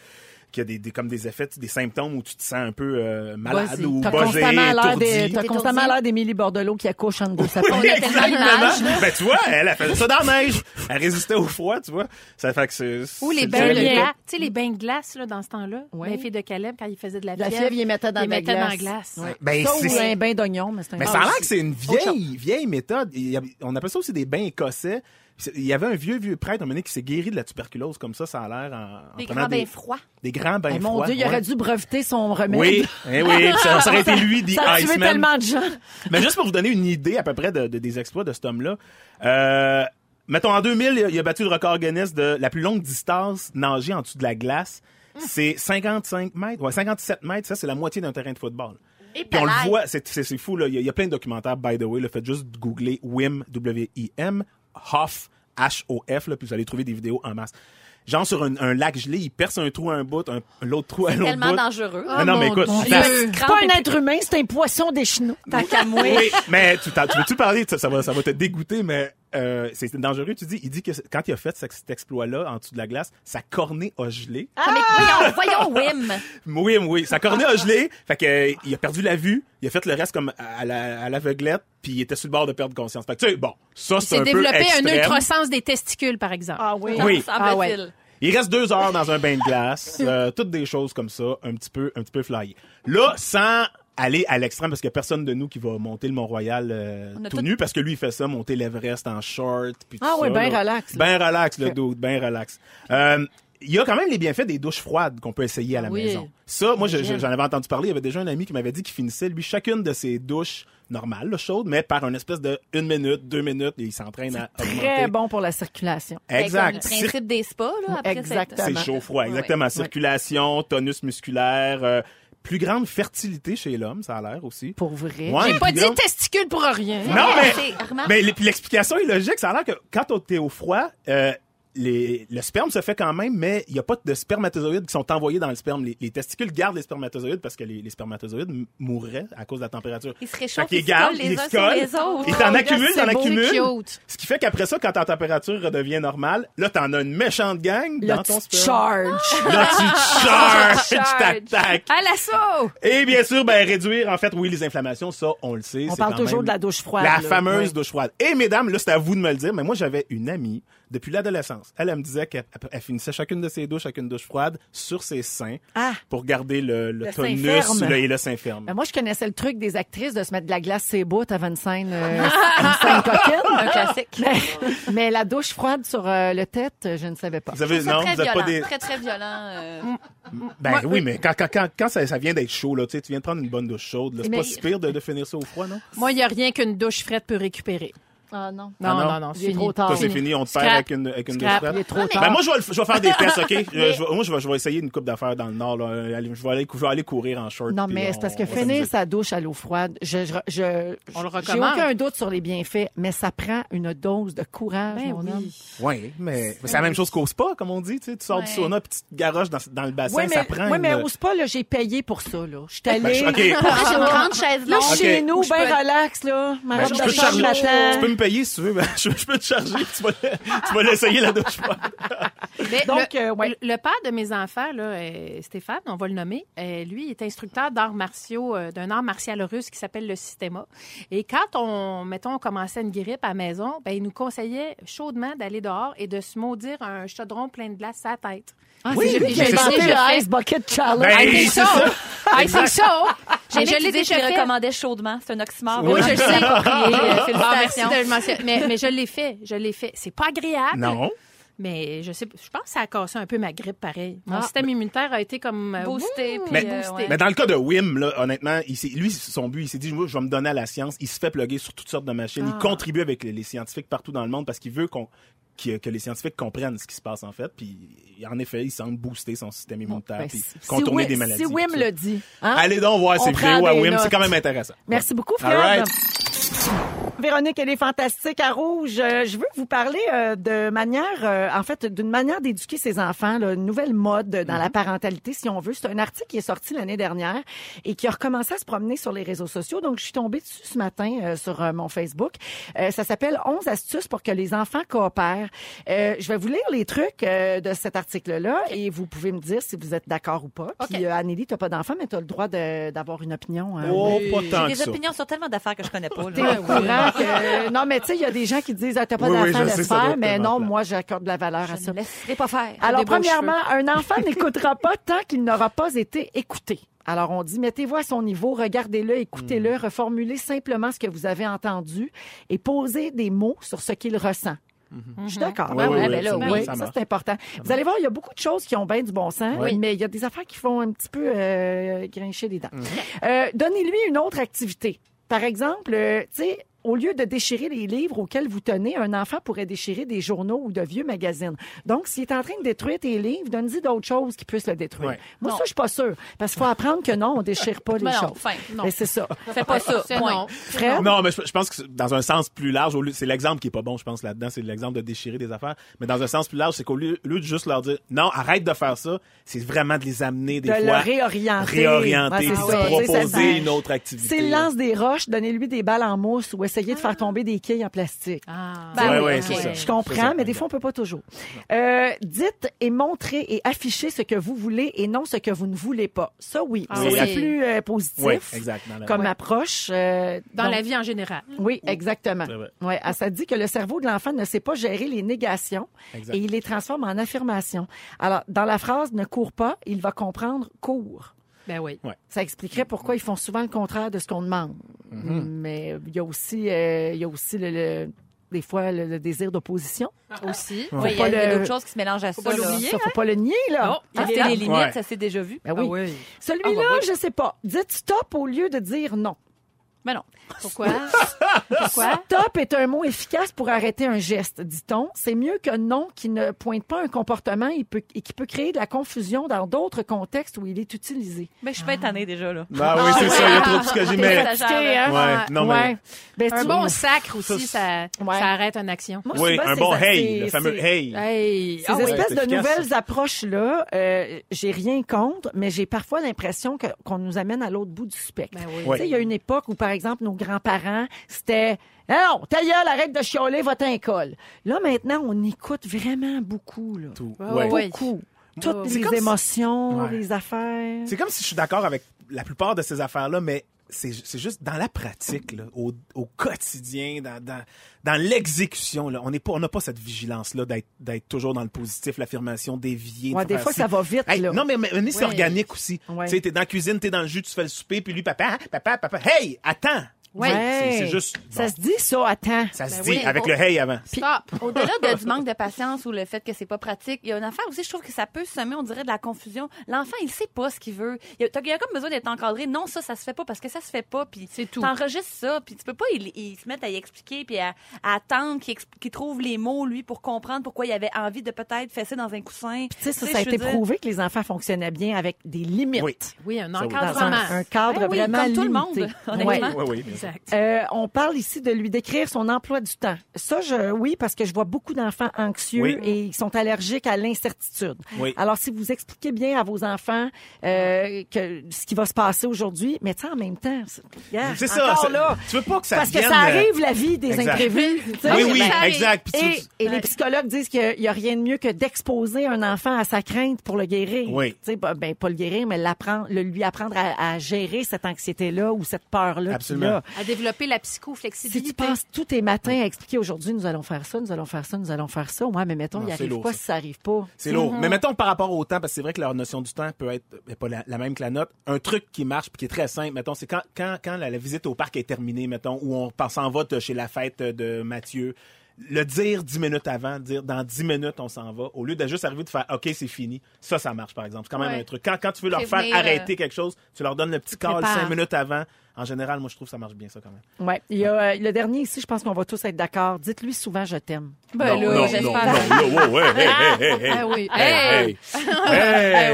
Speaker 4: qu'il y a des, des- comme des effets, des symptômes où tu te sens un peu euh, malade
Speaker 3: Vas-y.
Speaker 4: ou
Speaker 3: T'as
Speaker 4: buzzé,
Speaker 3: constamment l'air des-
Speaker 4: étourdi.
Speaker 3: t'as constamment l'air d'Émilie Bordelot qui accouche en deux sapins.
Speaker 4: Oui,
Speaker 6: tellement
Speaker 4: exactement. Ben, tu vois, elle, elle faisait ça dans la neige. Elle résistait au froid, tu vois. Ça fait que c'est.
Speaker 6: Ou les
Speaker 4: c'est-
Speaker 6: bains de
Speaker 4: c'est-
Speaker 6: glace. Tu sais, les bains de glace, là, dans ce temps-là.
Speaker 3: Oui.
Speaker 6: Les filles de Caleb, quand ils faisaient de la
Speaker 3: La
Speaker 6: fièvre.
Speaker 3: fièvre, il les mettait dans
Speaker 6: ils
Speaker 3: la
Speaker 6: mettaient
Speaker 3: glace.
Speaker 6: dans la glace.
Speaker 3: Ouais.
Speaker 4: Ben,
Speaker 3: ça ou
Speaker 4: c'est-
Speaker 3: un bain d'oignon, mais c'est un
Speaker 4: Mais ça a l'air que c'est une vieille, vieille méthode. Il y a- on appelle ça aussi des bains écossais. C'est- Il y avait un vieux, vieux prêtre, un moment donné, qui s'est guéri de la tuberculose comme ça, ça a l'air en, en
Speaker 5: Des
Speaker 4: prenant
Speaker 5: grands bains froids.
Speaker 4: Des grands bains
Speaker 3: Eh, Mon
Speaker 4: froids.
Speaker 3: Dieu, il
Speaker 4: ouais.
Speaker 3: aurait dû breveter son remède.
Speaker 4: Oui, eh oui, puis ça, ça aurait été lui,
Speaker 3: <laughs>
Speaker 4: The
Speaker 3: Ça a tué
Speaker 4: Iceman.
Speaker 3: tellement de gens.
Speaker 4: <laughs> Mais juste pour vous donner une idée à peu près de, de- des exploits de cet homme-là, euh, mettons en 2000, il a, il a battu le record Guinness de la plus longue distance nagée en dessous de la glace. C'est 55 mètres, ouais, 57 mètres, ça c'est la moitié d'un terrain de football.
Speaker 5: Et
Speaker 4: Puis on le
Speaker 5: palais.
Speaker 4: voit, c'est c'est- c'est fou, là. Il y, a- il y a plein de documentaires, by the way. Là, faites juste googler Wim, W-I-M, Hof, H-O-F, là, puis vous allez trouver des vidéos en masse. Genre sur un, un lac gelé, il perce un trou à un bout, un, l'autre trou à l'autre bout.
Speaker 5: Tellement dangereux.
Speaker 4: Non, non, mais écoute, ça-
Speaker 3: C'est pas un être humain, c'est un poisson des chenaux.
Speaker 2: Tant qu'à moi.
Speaker 4: Oui, mais tu, t'en- tu veux-tu parler? Ça, ça va, ça va te dégoûter, mais euh, c'est dangereux. Tu dis, il dit que c'est- quand il a fait ce- cet exploit-là en dessous de la glace, sa cornée a gelé.
Speaker 5: Ah, mais voyons, voyons, Wim.
Speaker 4: Oui, oui, sa cornée a gelé. Fait que, euh, il a perdu la vue. Il a fait le reste comme à la- à l'aveuglette, puis il était sur le bord de perdre conscience. Fait que, tu sais, bon, ça,
Speaker 6: Il
Speaker 4: c'est
Speaker 6: s'est
Speaker 4: un peu
Speaker 6: développé un
Speaker 4: extrême.
Speaker 6: ultrasens des testicules, par exemple.
Speaker 3: oui.
Speaker 4: Oui.
Speaker 6: Ah ouais.
Speaker 5: Semble-t-il.
Speaker 4: Il reste deux heures dans un bain de
Speaker 3: <laughs>
Speaker 4: glace, euh, toutes des choses comme ça, un petit peu, un petit peu flyées. Là, sans aller à l'extrême, parce qu'il y a personne de nous qui va monter le Mont-Royal euh,
Speaker 5: On a
Speaker 4: tout
Speaker 5: tout-
Speaker 4: nu, parce que lui, il fait ça, monter l'Everest en short, puis tout
Speaker 3: Ah oui,
Speaker 4: ça,
Speaker 3: ben
Speaker 4: là.
Speaker 3: relax, là.
Speaker 4: Ben relax, le dude, ben relax. Euh, il y a quand même les bienfaits des douches froides qu'on peut essayer
Speaker 3: Ah
Speaker 4: à la
Speaker 6: Oui.
Speaker 4: maison. Ça, moi, je- je- j'en avais entendu parler. Il y avait déjà un ami qui m'avait dit qu'il finissait, lui, chacune de ses douches normales, là, chaudes, mais par une espèce de une minute, deux minutes, et il s'entraîne à augmenter.
Speaker 3: Très bon pour la circulation.
Speaker 4: Exact.
Speaker 5: Fait comme Le principe des spas, là, après
Speaker 3: Exact.
Speaker 5: cette-
Speaker 4: C'est
Speaker 3: Exactement.
Speaker 4: chaud, froid,
Speaker 5: Ouais,
Speaker 4: exactement. Circulation, tonus musculaire, euh, plus grande fertilité chez l'homme, ça a l'air aussi.
Speaker 3: Pour vrai.
Speaker 4: Ouais,
Speaker 6: J'ai
Speaker 4: plus
Speaker 6: pas dit
Speaker 4: grande-
Speaker 6: testicules pour rien.
Speaker 4: Non, mais,
Speaker 5: C'est- remarque.
Speaker 4: mais l- puis l'explication est logique. Ça a l'air que quand t'es au froid, euh, les- le sperme se fait quand même, mais il n'y a pas de spermatozoïdes qui sont envoyés dans le sperme. Les, les testicules gardent les spermatozoïdes parce que les, les spermatozoïdes m- mourraient à cause de la température.
Speaker 5: Ils se réchauffent,
Speaker 4: Fait qu'ils
Speaker 5: ils se collent
Speaker 4: gardent,
Speaker 5: les
Speaker 4: ils
Speaker 5: uns
Speaker 4: se
Speaker 5: sur
Speaker 4: collent,
Speaker 5: les autres.
Speaker 4: Ils t'en
Speaker 5: Oh,
Speaker 4: accumulent, t'en
Speaker 6: c'est beau, c'est
Speaker 4: accumulent.
Speaker 6: cute.
Speaker 4: Ce qui fait qu'après ça, quand ta température redevient normale, là, t'en as une méchante gang
Speaker 3: Là,
Speaker 4: dans hein, ton
Speaker 3: tu te
Speaker 4: sperme.
Speaker 3: charges.
Speaker 4: Là, tu te charges,
Speaker 5: Tu te charges.
Speaker 4: tu t'attaques.
Speaker 6: À l'assaut!
Speaker 4: Et bien sûr, ben, réduire, en fait, oui, les inflammations, ça, on le sait.
Speaker 3: On
Speaker 4: c'est
Speaker 3: parle
Speaker 4: quand
Speaker 3: toujours
Speaker 4: même
Speaker 3: de la douche froide, là.
Speaker 4: La fameuse
Speaker 3: Ouais.
Speaker 4: douche froide. Et mesdames, là, c'est à vous de me le dire, mais moi, j'avais une amie, depuis l'adolescence, elle, elle me disait qu'elle elle- elle finissait chacune de ses douches, chacune douche froide, sur ses seins,
Speaker 3: Ah.
Speaker 4: pour garder le,
Speaker 3: Le
Speaker 4: le
Speaker 3: sein
Speaker 4: tonus
Speaker 3: ferme.
Speaker 4: le- et le sein ferme.
Speaker 3: Ben, moi, je connaissais le truc des actrices de se mettre de la glace ses bouts avant une scène, euh, une scène coquine.
Speaker 5: Un classique.
Speaker 3: Mais, mais la douche froide sur euh, le tête, euh, je ne savais pas.
Speaker 4: Vous avez,
Speaker 5: C'est
Speaker 4: non,
Speaker 5: très
Speaker 4: vous êtes
Speaker 5: violent,
Speaker 4: pas des.
Speaker 5: très, très violent. euh,
Speaker 4: Ben oui, mais quand, quand, quand, quand ça, ça vient d'être chaud, là, tu sais, tu viens de prendre une bonne douche chaude, là, c'est
Speaker 3: Mais-
Speaker 4: pas si pire de, de finir ça au froid, non?
Speaker 6: Moi, il n'y a rien qu'une douche frette peut récupérer.
Speaker 9: Ah non.
Speaker 4: Ah
Speaker 3: Non,
Speaker 4: non.
Speaker 3: non, non,
Speaker 9: Il
Speaker 3: c'est
Speaker 9: est
Speaker 3: trop
Speaker 9: fini.
Speaker 3: tard.
Speaker 4: Ça, c'est fini, on te
Speaker 6: Scrap.
Speaker 4: perd avec une, avec une de
Speaker 6: Scrap.
Speaker 4: scrap.
Speaker 3: Il est trop
Speaker 4: Ben
Speaker 3: tard.
Speaker 4: moi, je vais, le f- je vais faire des
Speaker 3: <laughs>
Speaker 4: tests, OK? Je- je vais- moi, je vais, je vais essayer une coupe d'affaires dans le Nord. là. Je, vais aller, cou- je vais aller courir en short.
Speaker 3: Non,
Speaker 4: puis
Speaker 3: mais
Speaker 4: on-
Speaker 3: c'est parce
Speaker 4: on
Speaker 3: que
Speaker 4: va s'amuser.
Speaker 3: finir sa douche à l'eau froide, je, je, je-
Speaker 6: On le
Speaker 3: j'ai
Speaker 6: recommande.
Speaker 3: aucun doute sur les bienfaits, mais ça prend une dose de courage,
Speaker 6: Ben
Speaker 3: mon
Speaker 6: oui.
Speaker 3: homme.
Speaker 4: Oui, mais mais c'est la même chose qu'au spa, comme on dit. Tu, sais, tu sors du sauna, puis tu te garoches dans, dans le bassin,
Speaker 3: Oui, mais,
Speaker 4: ça prend
Speaker 3: oui,
Speaker 4: une...
Speaker 3: mais au spa, là, j'ai payé pour ça. Là. Je suis allée
Speaker 4: Ben,
Speaker 3: <laughs>
Speaker 4: je- OK.
Speaker 9: Ah, j'ai une grande chaise
Speaker 3: là,
Speaker 9: longue.
Speaker 4: Ah, Ok.
Speaker 3: chez nous,
Speaker 9: Où je
Speaker 3: bien
Speaker 9: peux-
Speaker 3: relax. Là. Ma
Speaker 4: Ben,
Speaker 3: robe
Speaker 4: je
Speaker 3: de
Speaker 4: peux
Speaker 3: chambre
Speaker 4: charger.
Speaker 3: m'attend.
Speaker 4: Tu peux me payer si tu veux. <laughs> ben, je, je peux te charger. puis Tu vas, tu vas l'essayer la douche froide.
Speaker 6: Mais
Speaker 3: Donc,
Speaker 6: le,
Speaker 3: euh, ouais.
Speaker 6: le- le père de mes enfants, là, euh, Stéphane, on va le nommer, euh, lui, il est instructeur d'arts martiaux, euh, d'un art martial russe qui s'appelle le Sistema. Et quand on, mettons, on commençait une grippe à la maison, ben, il nous conseillait chaudement d'aller dehors et de se maudire un chaudron plein de glace à la tête.
Speaker 3: Ah,
Speaker 4: Oui,
Speaker 3: c'est lui
Speaker 4: mais
Speaker 3: qui a
Speaker 4: c'est
Speaker 3: inventé
Speaker 4: ça.
Speaker 3: le Ice Bucket Challenge.
Speaker 4: Ben,
Speaker 6: I think
Speaker 4: c'est
Speaker 6: so.
Speaker 4: ça.
Speaker 6: I think so.
Speaker 5: J'ai
Speaker 6: Mais
Speaker 5: je l'ai déjà
Speaker 6: fait.
Speaker 5: recommandais chaudement. C'est un oxymore.
Speaker 4: Oui.
Speaker 6: Oui, je le <laughs> sais.
Speaker 5: Et, euh,
Speaker 6: Ah, merci
Speaker 5: félicitations.
Speaker 6: de le mentionner. Mais, mais je l'ai fait, je l'ai fait. C'est pas agréable.
Speaker 4: Non.
Speaker 6: Mais je sais, je pense que ça a cassé un peu ma grippe, pareil. Mon
Speaker 3: Ah.
Speaker 6: système immunitaire a été comme euh,
Speaker 5: Boosté,
Speaker 6: ouh,
Speaker 5: puis,
Speaker 4: Mais-
Speaker 5: euh, ouais.
Speaker 4: Mais dans le cas de Wim, là, honnêtement, il s'est- lui, son but, il s'est dit, je je vais me donner à la science. Il se fait plugger sur toutes sortes de machines.
Speaker 3: Ah.
Speaker 4: Il contribue avec les, les scientifiques partout dans le monde parce qu'il veut qu'on qu'il- que les scientifiques comprennent ce qui se passe en fait. Puis, en effet, il semble booster son système immunitaire
Speaker 3: Ben,
Speaker 4: puis
Speaker 3: si- si
Speaker 4: contourner
Speaker 3: Wim-
Speaker 4: des maladies.
Speaker 3: Si
Speaker 4: puis
Speaker 3: Wim
Speaker 4: tout
Speaker 3: le
Speaker 4: ça.
Speaker 3: dit. hein?
Speaker 4: Allez donc voir
Speaker 3: On
Speaker 4: ces
Speaker 3: prend
Speaker 4: vidéos à
Speaker 3: des
Speaker 4: Wim, c'est
Speaker 3: notes.
Speaker 4: quand même intéressant.
Speaker 3: Merci beaucoup, Fred.
Speaker 4: All right.
Speaker 3: Véronique, elle est fantastique à Rouge. Euh, je veux vous parler euh, de manière, euh, en fait, d'une manière d'éduquer ses enfants, là, une nouvelle mode dans
Speaker 4: Mhm.
Speaker 3: la parentalité, si on veut. C'est un article qui est sorti l'année dernière et qui a recommencé à se promener sur les réseaux sociaux. Donc, je suis tombée dessus ce matin euh, sur euh, mon Facebook. Euh, ça s'appelle 11 astuces pour que les enfants coopèrent. Euh, je vais vous lire les trucs euh, de cet article-là et vous pouvez me dire si vous êtes d'accord ou pas. Puis,
Speaker 6: OK.
Speaker 3: euh, Anneli, t'as pas d'enfant, mais t'as le droit de- d'avoir une opinion. hein.
Speaker 4: Oh, pas tant que
Speaker 5: Des
Speaker 4: ça.
Speaker 5: opinions sur tellement d'affaires que je connais pas. là.
Speaker 3: T'es au courant que... Non, mais tu sais, il y a des gens qui disent, ah, t'as pas
Speaker 4: Oui, oui,
Speaker 3: d'enfant,
Speaker 4: je
Speaker 3: laisse
Speaker 4: sais, ça doit
Speaker 3: faire.
Speaker 4: être
Speaker 3: Mais
Speaker 4: tellement
Speaker 3: non,
Speaker 4: plate.
Speaker 3: moi, j'accorde de la valeur à
Speaker 5: Je
Speaker 3: ça.
Speaker 5: ne laisserai pas faire.
Speaker 3: Alors,
Speaker 6: Des beaux
Speaker 3: premièrement, un enfant <laughs> n'écoutera pas tant qu'il n'aura pas été écouté. Alors, on dit, mettez-vous à son niveau, regardez-le,
Speaker 4: Hmm.
Speaker 3: écoutez-le, reformulez simplement ce que vous avez entendu et posez des mots sur ce qu'il ressent. Je suis d'accord.
Speaker 4: Mhm. Oui,
Speaker 3: Ben
Speaker 4: oui, oui,
Speaker 3: ben là,
Speaker 4: absolument,
Speaker 3: oui,
Speaker 4: ça
Speaker 3: ça,
Speaker 4: marche.
Speaker 3: c'est important. Vous allez voir, il y a beaucoup de choses qui ont bien du bon sens,
Speaker 4: Oui.
Speaker 3: mais il y a des affaires qui font un petit peu euh, grincher les dents.
Speaker 4: Mhm.
Speaker 3: Euh, Donnez-lui une autre activité. Par exemple, euh, tu sais, au lieu de déchirer les livres auxquels vous tenez, un enfant pourrait déchirer des journaux ou de vieux magazines. Donc, s'il est en train de détruire tes livres, donne-lui d'autres choses qui puissent le détruire.
Speaker 4: Ouais.
Speaker 3: Moi, ça, je suis pas sûre. Parce qu'il faut apprendre que non, on déchire
Speaker 6: <laughs>
Speaker 3: pas les
Speaker 6: Ben non,
Speaker 3: choses.
Speaker 6: fin, non.
Speaker 3: Mais c'est ça.
Speaker 5: Fais pas ça.
Speaker 6: C'est
Speaker 5: point.
Speaker 6: non.
Speaker 3: Fred?
Speaker 4: Non, mais je, je pense que c'est- dans un sens plus large, au lieu- c'est l'exemple qui est pas bon, je pense, là-dedans, c'est l'exemple de déchirer des affaires. Mais dans un sens plus large, c'est qu'au lieu, au lieu de juste leur dire, non, arrête de faire ça, c'est vraiment de les amener des
Speaker 3: De
Speaker 4: fois.
Speaker 3: le réorienter.
Speaker 4: réorienter,
Speaker 3: Ouais, c'est
Speaker 4: puis
Speaker 3: ça.
Speaker 4: de
Speaker 3: Tu sais, ça-
Speaker 4: proposer une autre activité.
Speaker 3: S'il lance des roches, donnez-lui des balles en mousse ou essayez de faire tomber des quilles en plastique.
Speaker 6: Ah.
Speaker 4: Ouais,
Speaker 5: Ben oui,
Speaker 4: ouais,
Speaker 5: ok.
Speaker 4: c'est ça.
Speaker 3: Je
Speaker 4: C'est ça.
Speaker 3: comprends, mais des fois, on peut pas toujours. Euh, dites et montrez et affichez ce que vous voulez et non ce que vous ne voulez pas. Ça, oui.
Speaker 6: Ah
Speaker 3: Ça,
Speaker 4: oui.
Speaker 3: C'est plus euh, positif
Speaker 4: Oui, exact. dans la-
Speaker 3: comme
Speaker 4: Ouais.
Speaker 3: approche. euh,
Speaker 6: Dans
Speaker 3: donc-
Speaker 6: la vie en général.
Speaker 3: Oui, exactement.
Speaker 4: C'est vrai.
Speaker 3: Ouais, ah, ça dit que le cerveau de l'enfant ne sait pas gérer les négations
Speaker 4: Exact.
Speaker 3: et il les transforme en affirmations. Alors, dans la phrase « ne cours pas », il va comprendre « cours ».
Speaker 6: Ben oui.
Speaker 3: Ça expliquerait pourquoi ils font souvent le contraire de ce qu'on demande. Mais il y a aussi, euh, il y a aussi le, le- des fois le, le désir d'opposition.
Speaker 6: Aussi.
Speaker 5: ah. Oui, Il y a, il y a
Speaker 3: le-
Speaker 5: d'autres choses qui se mélangent à ça. là.
Speaker 3: Ça, faut pas le nier, là.
Speaker 5: Non,
Speaker 3: Hein,
Speaker 5: tester
Speaker 3: c'est-
Speaker 5: les limites,
Speaker 4: Ouais.
Speaker 5: ça s'est déjà vu.
Speaker 6: Ah
Speaker 3: Ben oui. Celui-là, je sais pas. Dites stop au lieu de dire non.
Speaker 5: Mais non.
Speaker 3: <laughs>
Speaker 6: Pourquoi? Pourquoi?
Speaker 3: Stop est un mot efficace pour arrêter un geste, dit-on. C'est mieux que non qui ne pointe pas un comportement et, peut- et qui peut créer de la confusion dans d'autres contextes où il est utilisé.
Speaker 5: Mais Ben, je suis pas
Speaker 3: Ah.
Speaker 5: étonnée déjà, là.
Speaker 4: Ben oui, c'est ça, il y a trop de ce que j'ai mais-
Speaker 5: T'es fatigué, hein?
Speaker 4: Ouais, non, mais.
Speaker 3: Ouais. Ben,
Speaker 6: Un
Speaker 3: tu-
Speaker 6: bon sacre aussi, ça,
Speaker 3: Ouais.
Speaker 6: ça arrête une action.
Speaker 3: Moi,
Speaker 4: Oui,
Speaker 3: souvent,
Speaker 4: un
Speaker 3: c'est
Speaker 4: bon
Speaker 3: ça,
Speaker 4: hey,
Speaker 3: c'est-
Speaker 4: le fameux
Speaker 3: c'est-
Speaker 4: hey.
Speaker 6: Hey!
Speaker 3: Ces
Speaker 6: Ah oui.
Speaker 3: espèces
Speaker 4: c'est
Speaker 3: de
Speaker 4: efficace,
Speaker 3: nouvelles approches-là, euh, j'ai rien contre, mais j'ai parfois l'impression que- qu'on nous amène à l'autre bout du spectre.
Speaker 6: Ben oui.
Speaker 4: Ouais.
Speaker 3: Tu sais, il y a une époque où, par exemple, nos grands-parents, c'était « Non, ta gueule, arrête de chialer, va t'en colle. Là, maintenant, on écoute vraiment beaucoup. Là.
Speaker 4: Tout.
Speaker 6: Ouais,
Speaker 4: Ouais.
Speaker 6: ouais.
Speaker 3: Beaucoup. Toutes
Speaker 6: Ouais.
Speaker 4: C'est
Speaker 3: les
Speaker 4: comme si-
Speaker 3: émotions,
Speaker 4: Ouais.
Speaker 3: les affaires.
Speaker 4: C'est comme si je suis d'accord avec la plupart de ces affaires-là, mais c'est c'est juste dans la pratique, là, au, au quotidien, dans, dans, dans l'exécution. là, On n'est pas- on n'a pas cette vigilance-là d'être- d'être toujours dans le positif, l'affirmation déviée.
Speaker 3: Ouais,
Speaker 4: de
Speaker 3: des
Speaker 4: faire
Speaker 3: fois,
Speaker 4: ci.
Speaker 3: ça va vite.
Speaker 4: Hey,
Speaker 3: là.
Speaker 4: non, mais, mais, mais c'est
Speaker 6: Ouais.
Speaker 4: organique aussi.
Speaker 3: Ouais.
Speaker 4: Tu sais, t'es dans la cuisine, t'es dans le jus, tu fais le souper, puis lui, papa, papa, papa, hein, hey, attends!
Speaker 6: Oui.
Speaker 4: C'est c'est juste.
Speaker 3: Ça
Speaker 4: bon,
Speaker 3: se dit ça, attends.
Speaker 4: ça se
Speaker 6: Ben
Speaker 4: dit
Speaker 6: oui.
Speaker 4: avec le hey avant.
Speaker 3: <laughs>
Speaker 5: Stop. Au-delà de- du manque de patience ou le fait que c'est pas pratique, il y a une affaire aussi, je trouve que ça peut semer, on dirait, de la confusion. L'enfant, il sait pas ce qu'il veut. Il y a, t'as- il y a comme besoin d'être encadré. Non, ça, ça se fait pas parce que ça se fait pas. Puis
Speaker 6: C'est tout.
Speaker 5: T'enregistres ça, puis tu peux pas il, il se mettre à y expliquer puis à, à attendre qu'il, expl- qu'il trouve les mots, lui, pour comprendre pourquoi il avait envie de peut-être fesser dans un coussin.
Speaker 3: Tu sais, ça,
Speaker 5: Tu
Speaker 3: ça a
Speaker 5: je
Speaker 3: été
Speaker 5: veux dire-
Speaker 3: prouvé que les enfants fonctionnaient bien avec des limites.
Speaker 4: Oui.
Speaker 6: Oui, un
Speaker 4: oui.
Speaker 3: Dans
Speaker 6: encadrement.
Speaker 3: un, un cadre
Speaker 5: Ben oui,
Speaker 3: vraiment
Speaker 5: comme tout le
Speaker 3: limité.
Speaker 5: monde, honnêtement.
Speaker 3: Ouais.
Speaker 4: Oui, oui. bien sûr.
Speaker 6: Exact.
Speaker 3: Euh, on parle ici de lui décrire son emploi du temps. Ça, je, oui, parce que je vois beaucoup d'enfants anxieux
Speaker 4: Oui.
Speaker 3: et ils sont allergiques à l'incertitude.
Speaker 4: Oui.
Speaker 3: Alors, si vous expliquez bien à vos enfants euh, que ce qui va se passer aujourd'hui, mais tu sais, en même temps, c'est yeah,
Speaker 4: C'est ça.
Speaker 3: encore
Speaker 4: ça-
Speaker 3: là.
Speaker 4: Tu veux pas que ça
Speaker 3: Parce que
Speaker 4: vienne,
Speaker 3: ça
Speaker 4: euh,
Speaker 3: arrive la vie des
Speaker 4: Exact.
Speaker 3: imprévus. tu sais. Ben,
Speaker 4: Oui, oui,
Speaker 6: ça arrive.
Speaker 4: exact. Puis tu-
Speaker 3: Et, et les psychologues disent qu'il n'y a rien de mieux que d'exposer un enfant à sa crainte pour le guérir.
Speaker 4: Oui.
Speaker 3: Tu sais, ben, ben, pas le guérir, mais l'apprendre, le- lui apprendre à, à gérer cette anxiété-là ou cette peur-là. qu'il
Speaker 4: Absolument.
Speaker 3: a.
Speaker 6: À développer la
Speaker 3: Si tu
Speaker 6: psychoflexibilité.
Speaker 3: penses tous tes matins à expliquer aujourd'hui, nous allons faire ça, nous allons faire ça, nous allons faire ça. Ouais, mais mettons,
Speaker 4: Non,
Speaker 3: il
Speaker 4: c'est
Speaker 3: arrive
Speaker 4: lourd,
Speaker 3: pas
Speaker 4: ça.
Speaker 3: si ça arrive pas.
Speaker 4: C'est lourd.
Speaker 6: Mm-hmm.
Speaker 4: Mais mettons par rapport au temps, parce que c'est vrai que leur notion du temps peut être euh, pas la, la même que la note. Un truc qui marche puis qui est très simple, mettons, c'est quand, quand, quand la, la visite au parc est terminée, mettons, ou on part- s'en va de- chez la fête de Mathieu, le dire dix minutes avant, dire dans dix minutes on s'en va, au lieu de juste arriver de faire OK, c'est fini. Ça, ça marche par exemple. C'est quand même
Speaker 6: Ouais.
Speaker 4: un truc. Quand, quand tu veux leur
Speaker 6: Prévenir, euh,
Speaker 4: faire arrêter quelque chose, tu leur donnes le petit call
Speaker 6: prépares.
Speaker 4: cinq minutes avant. En général, moi, je trouve que ça marche bien, ça quand
Speaker 6: <laughs>
Speaker 4: même.
Speaker 3: Ouais. Il y a, euh, le dernier ici, je pense qu'on va tous être d'accord. Dites-lui souvent, je t'aime.
Speaker 6: Ben là, j'espère.
Speaker 4: non, wow, hey, hey, hey, hey.
Speaker 6: Ah oui.
Speaker 4: Hey, Hey!
Speaker 6: Hey!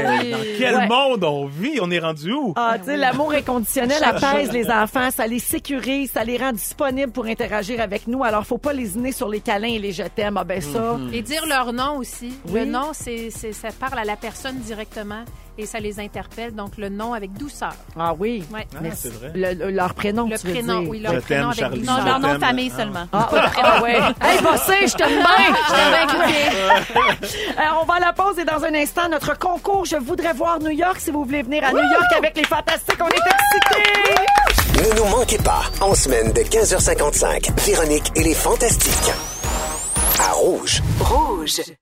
Speaker 6: Ah oui.
Speaker 4: Dans quel
Speaker 3: Ouais.
Speaker 4: monde on vit? On est rendu où?
Speaker 3: Ah, tu sais, l'amour inconditionnel apaise les enfants, ça les sécurise, ça les rend disponibles pour interagir avec nous. Alors, faut pas lésiner sur les câlins et les je t'aime. Ah ben ça,
Speaker 4: Mm-hmm.
Speaker 6: Et dire leur nom aussi.
Speaker 3: Oui.
Speaker 6: Le nom, c'est, c'est- ça parle à la personne directement et ça les interpelle. Donc, le nom avec douceur.
Speaker 3: ah oui.
Speaker 6: Ouais.
Speaker 4: Ah,
Speaker 3: Mais
Speaker 4: c'est vrai.
Speaker 3: Le, le- leur prénom,
Speaker 6: Le
Speaker 3: tu veux
Speaker 6: prénom,
Speaker 3: dire.
Speaker 6: oui, leur
Speaker 4: Je t'aime,
Speaker 6: prénom avec
Speaker 4: Charlie.
Speaker 5: Non,
Speaker 4: Je
Speaker 5: leur nom de
Speaker 4: t'aime.
Speaker 5: famille
Speaker 4: Ah.
Speaker 5: seulement.
Speaker 3: Ah, ah, ah, ouais. <laughs> Hey, bossé, je t'aime bien. Je t'aime bien, Cookie. Euh, on va à la pause et dans un instant, notre concours Je voudrais voir New York. Si vous voulez venir à New York avec les fantastiques, on est excités.
Speaker 1: Ne nous manquez pas, en semaine de 15h55, Véronique et les Fantastiques. À Rouge.
Speaker 9: Rouge.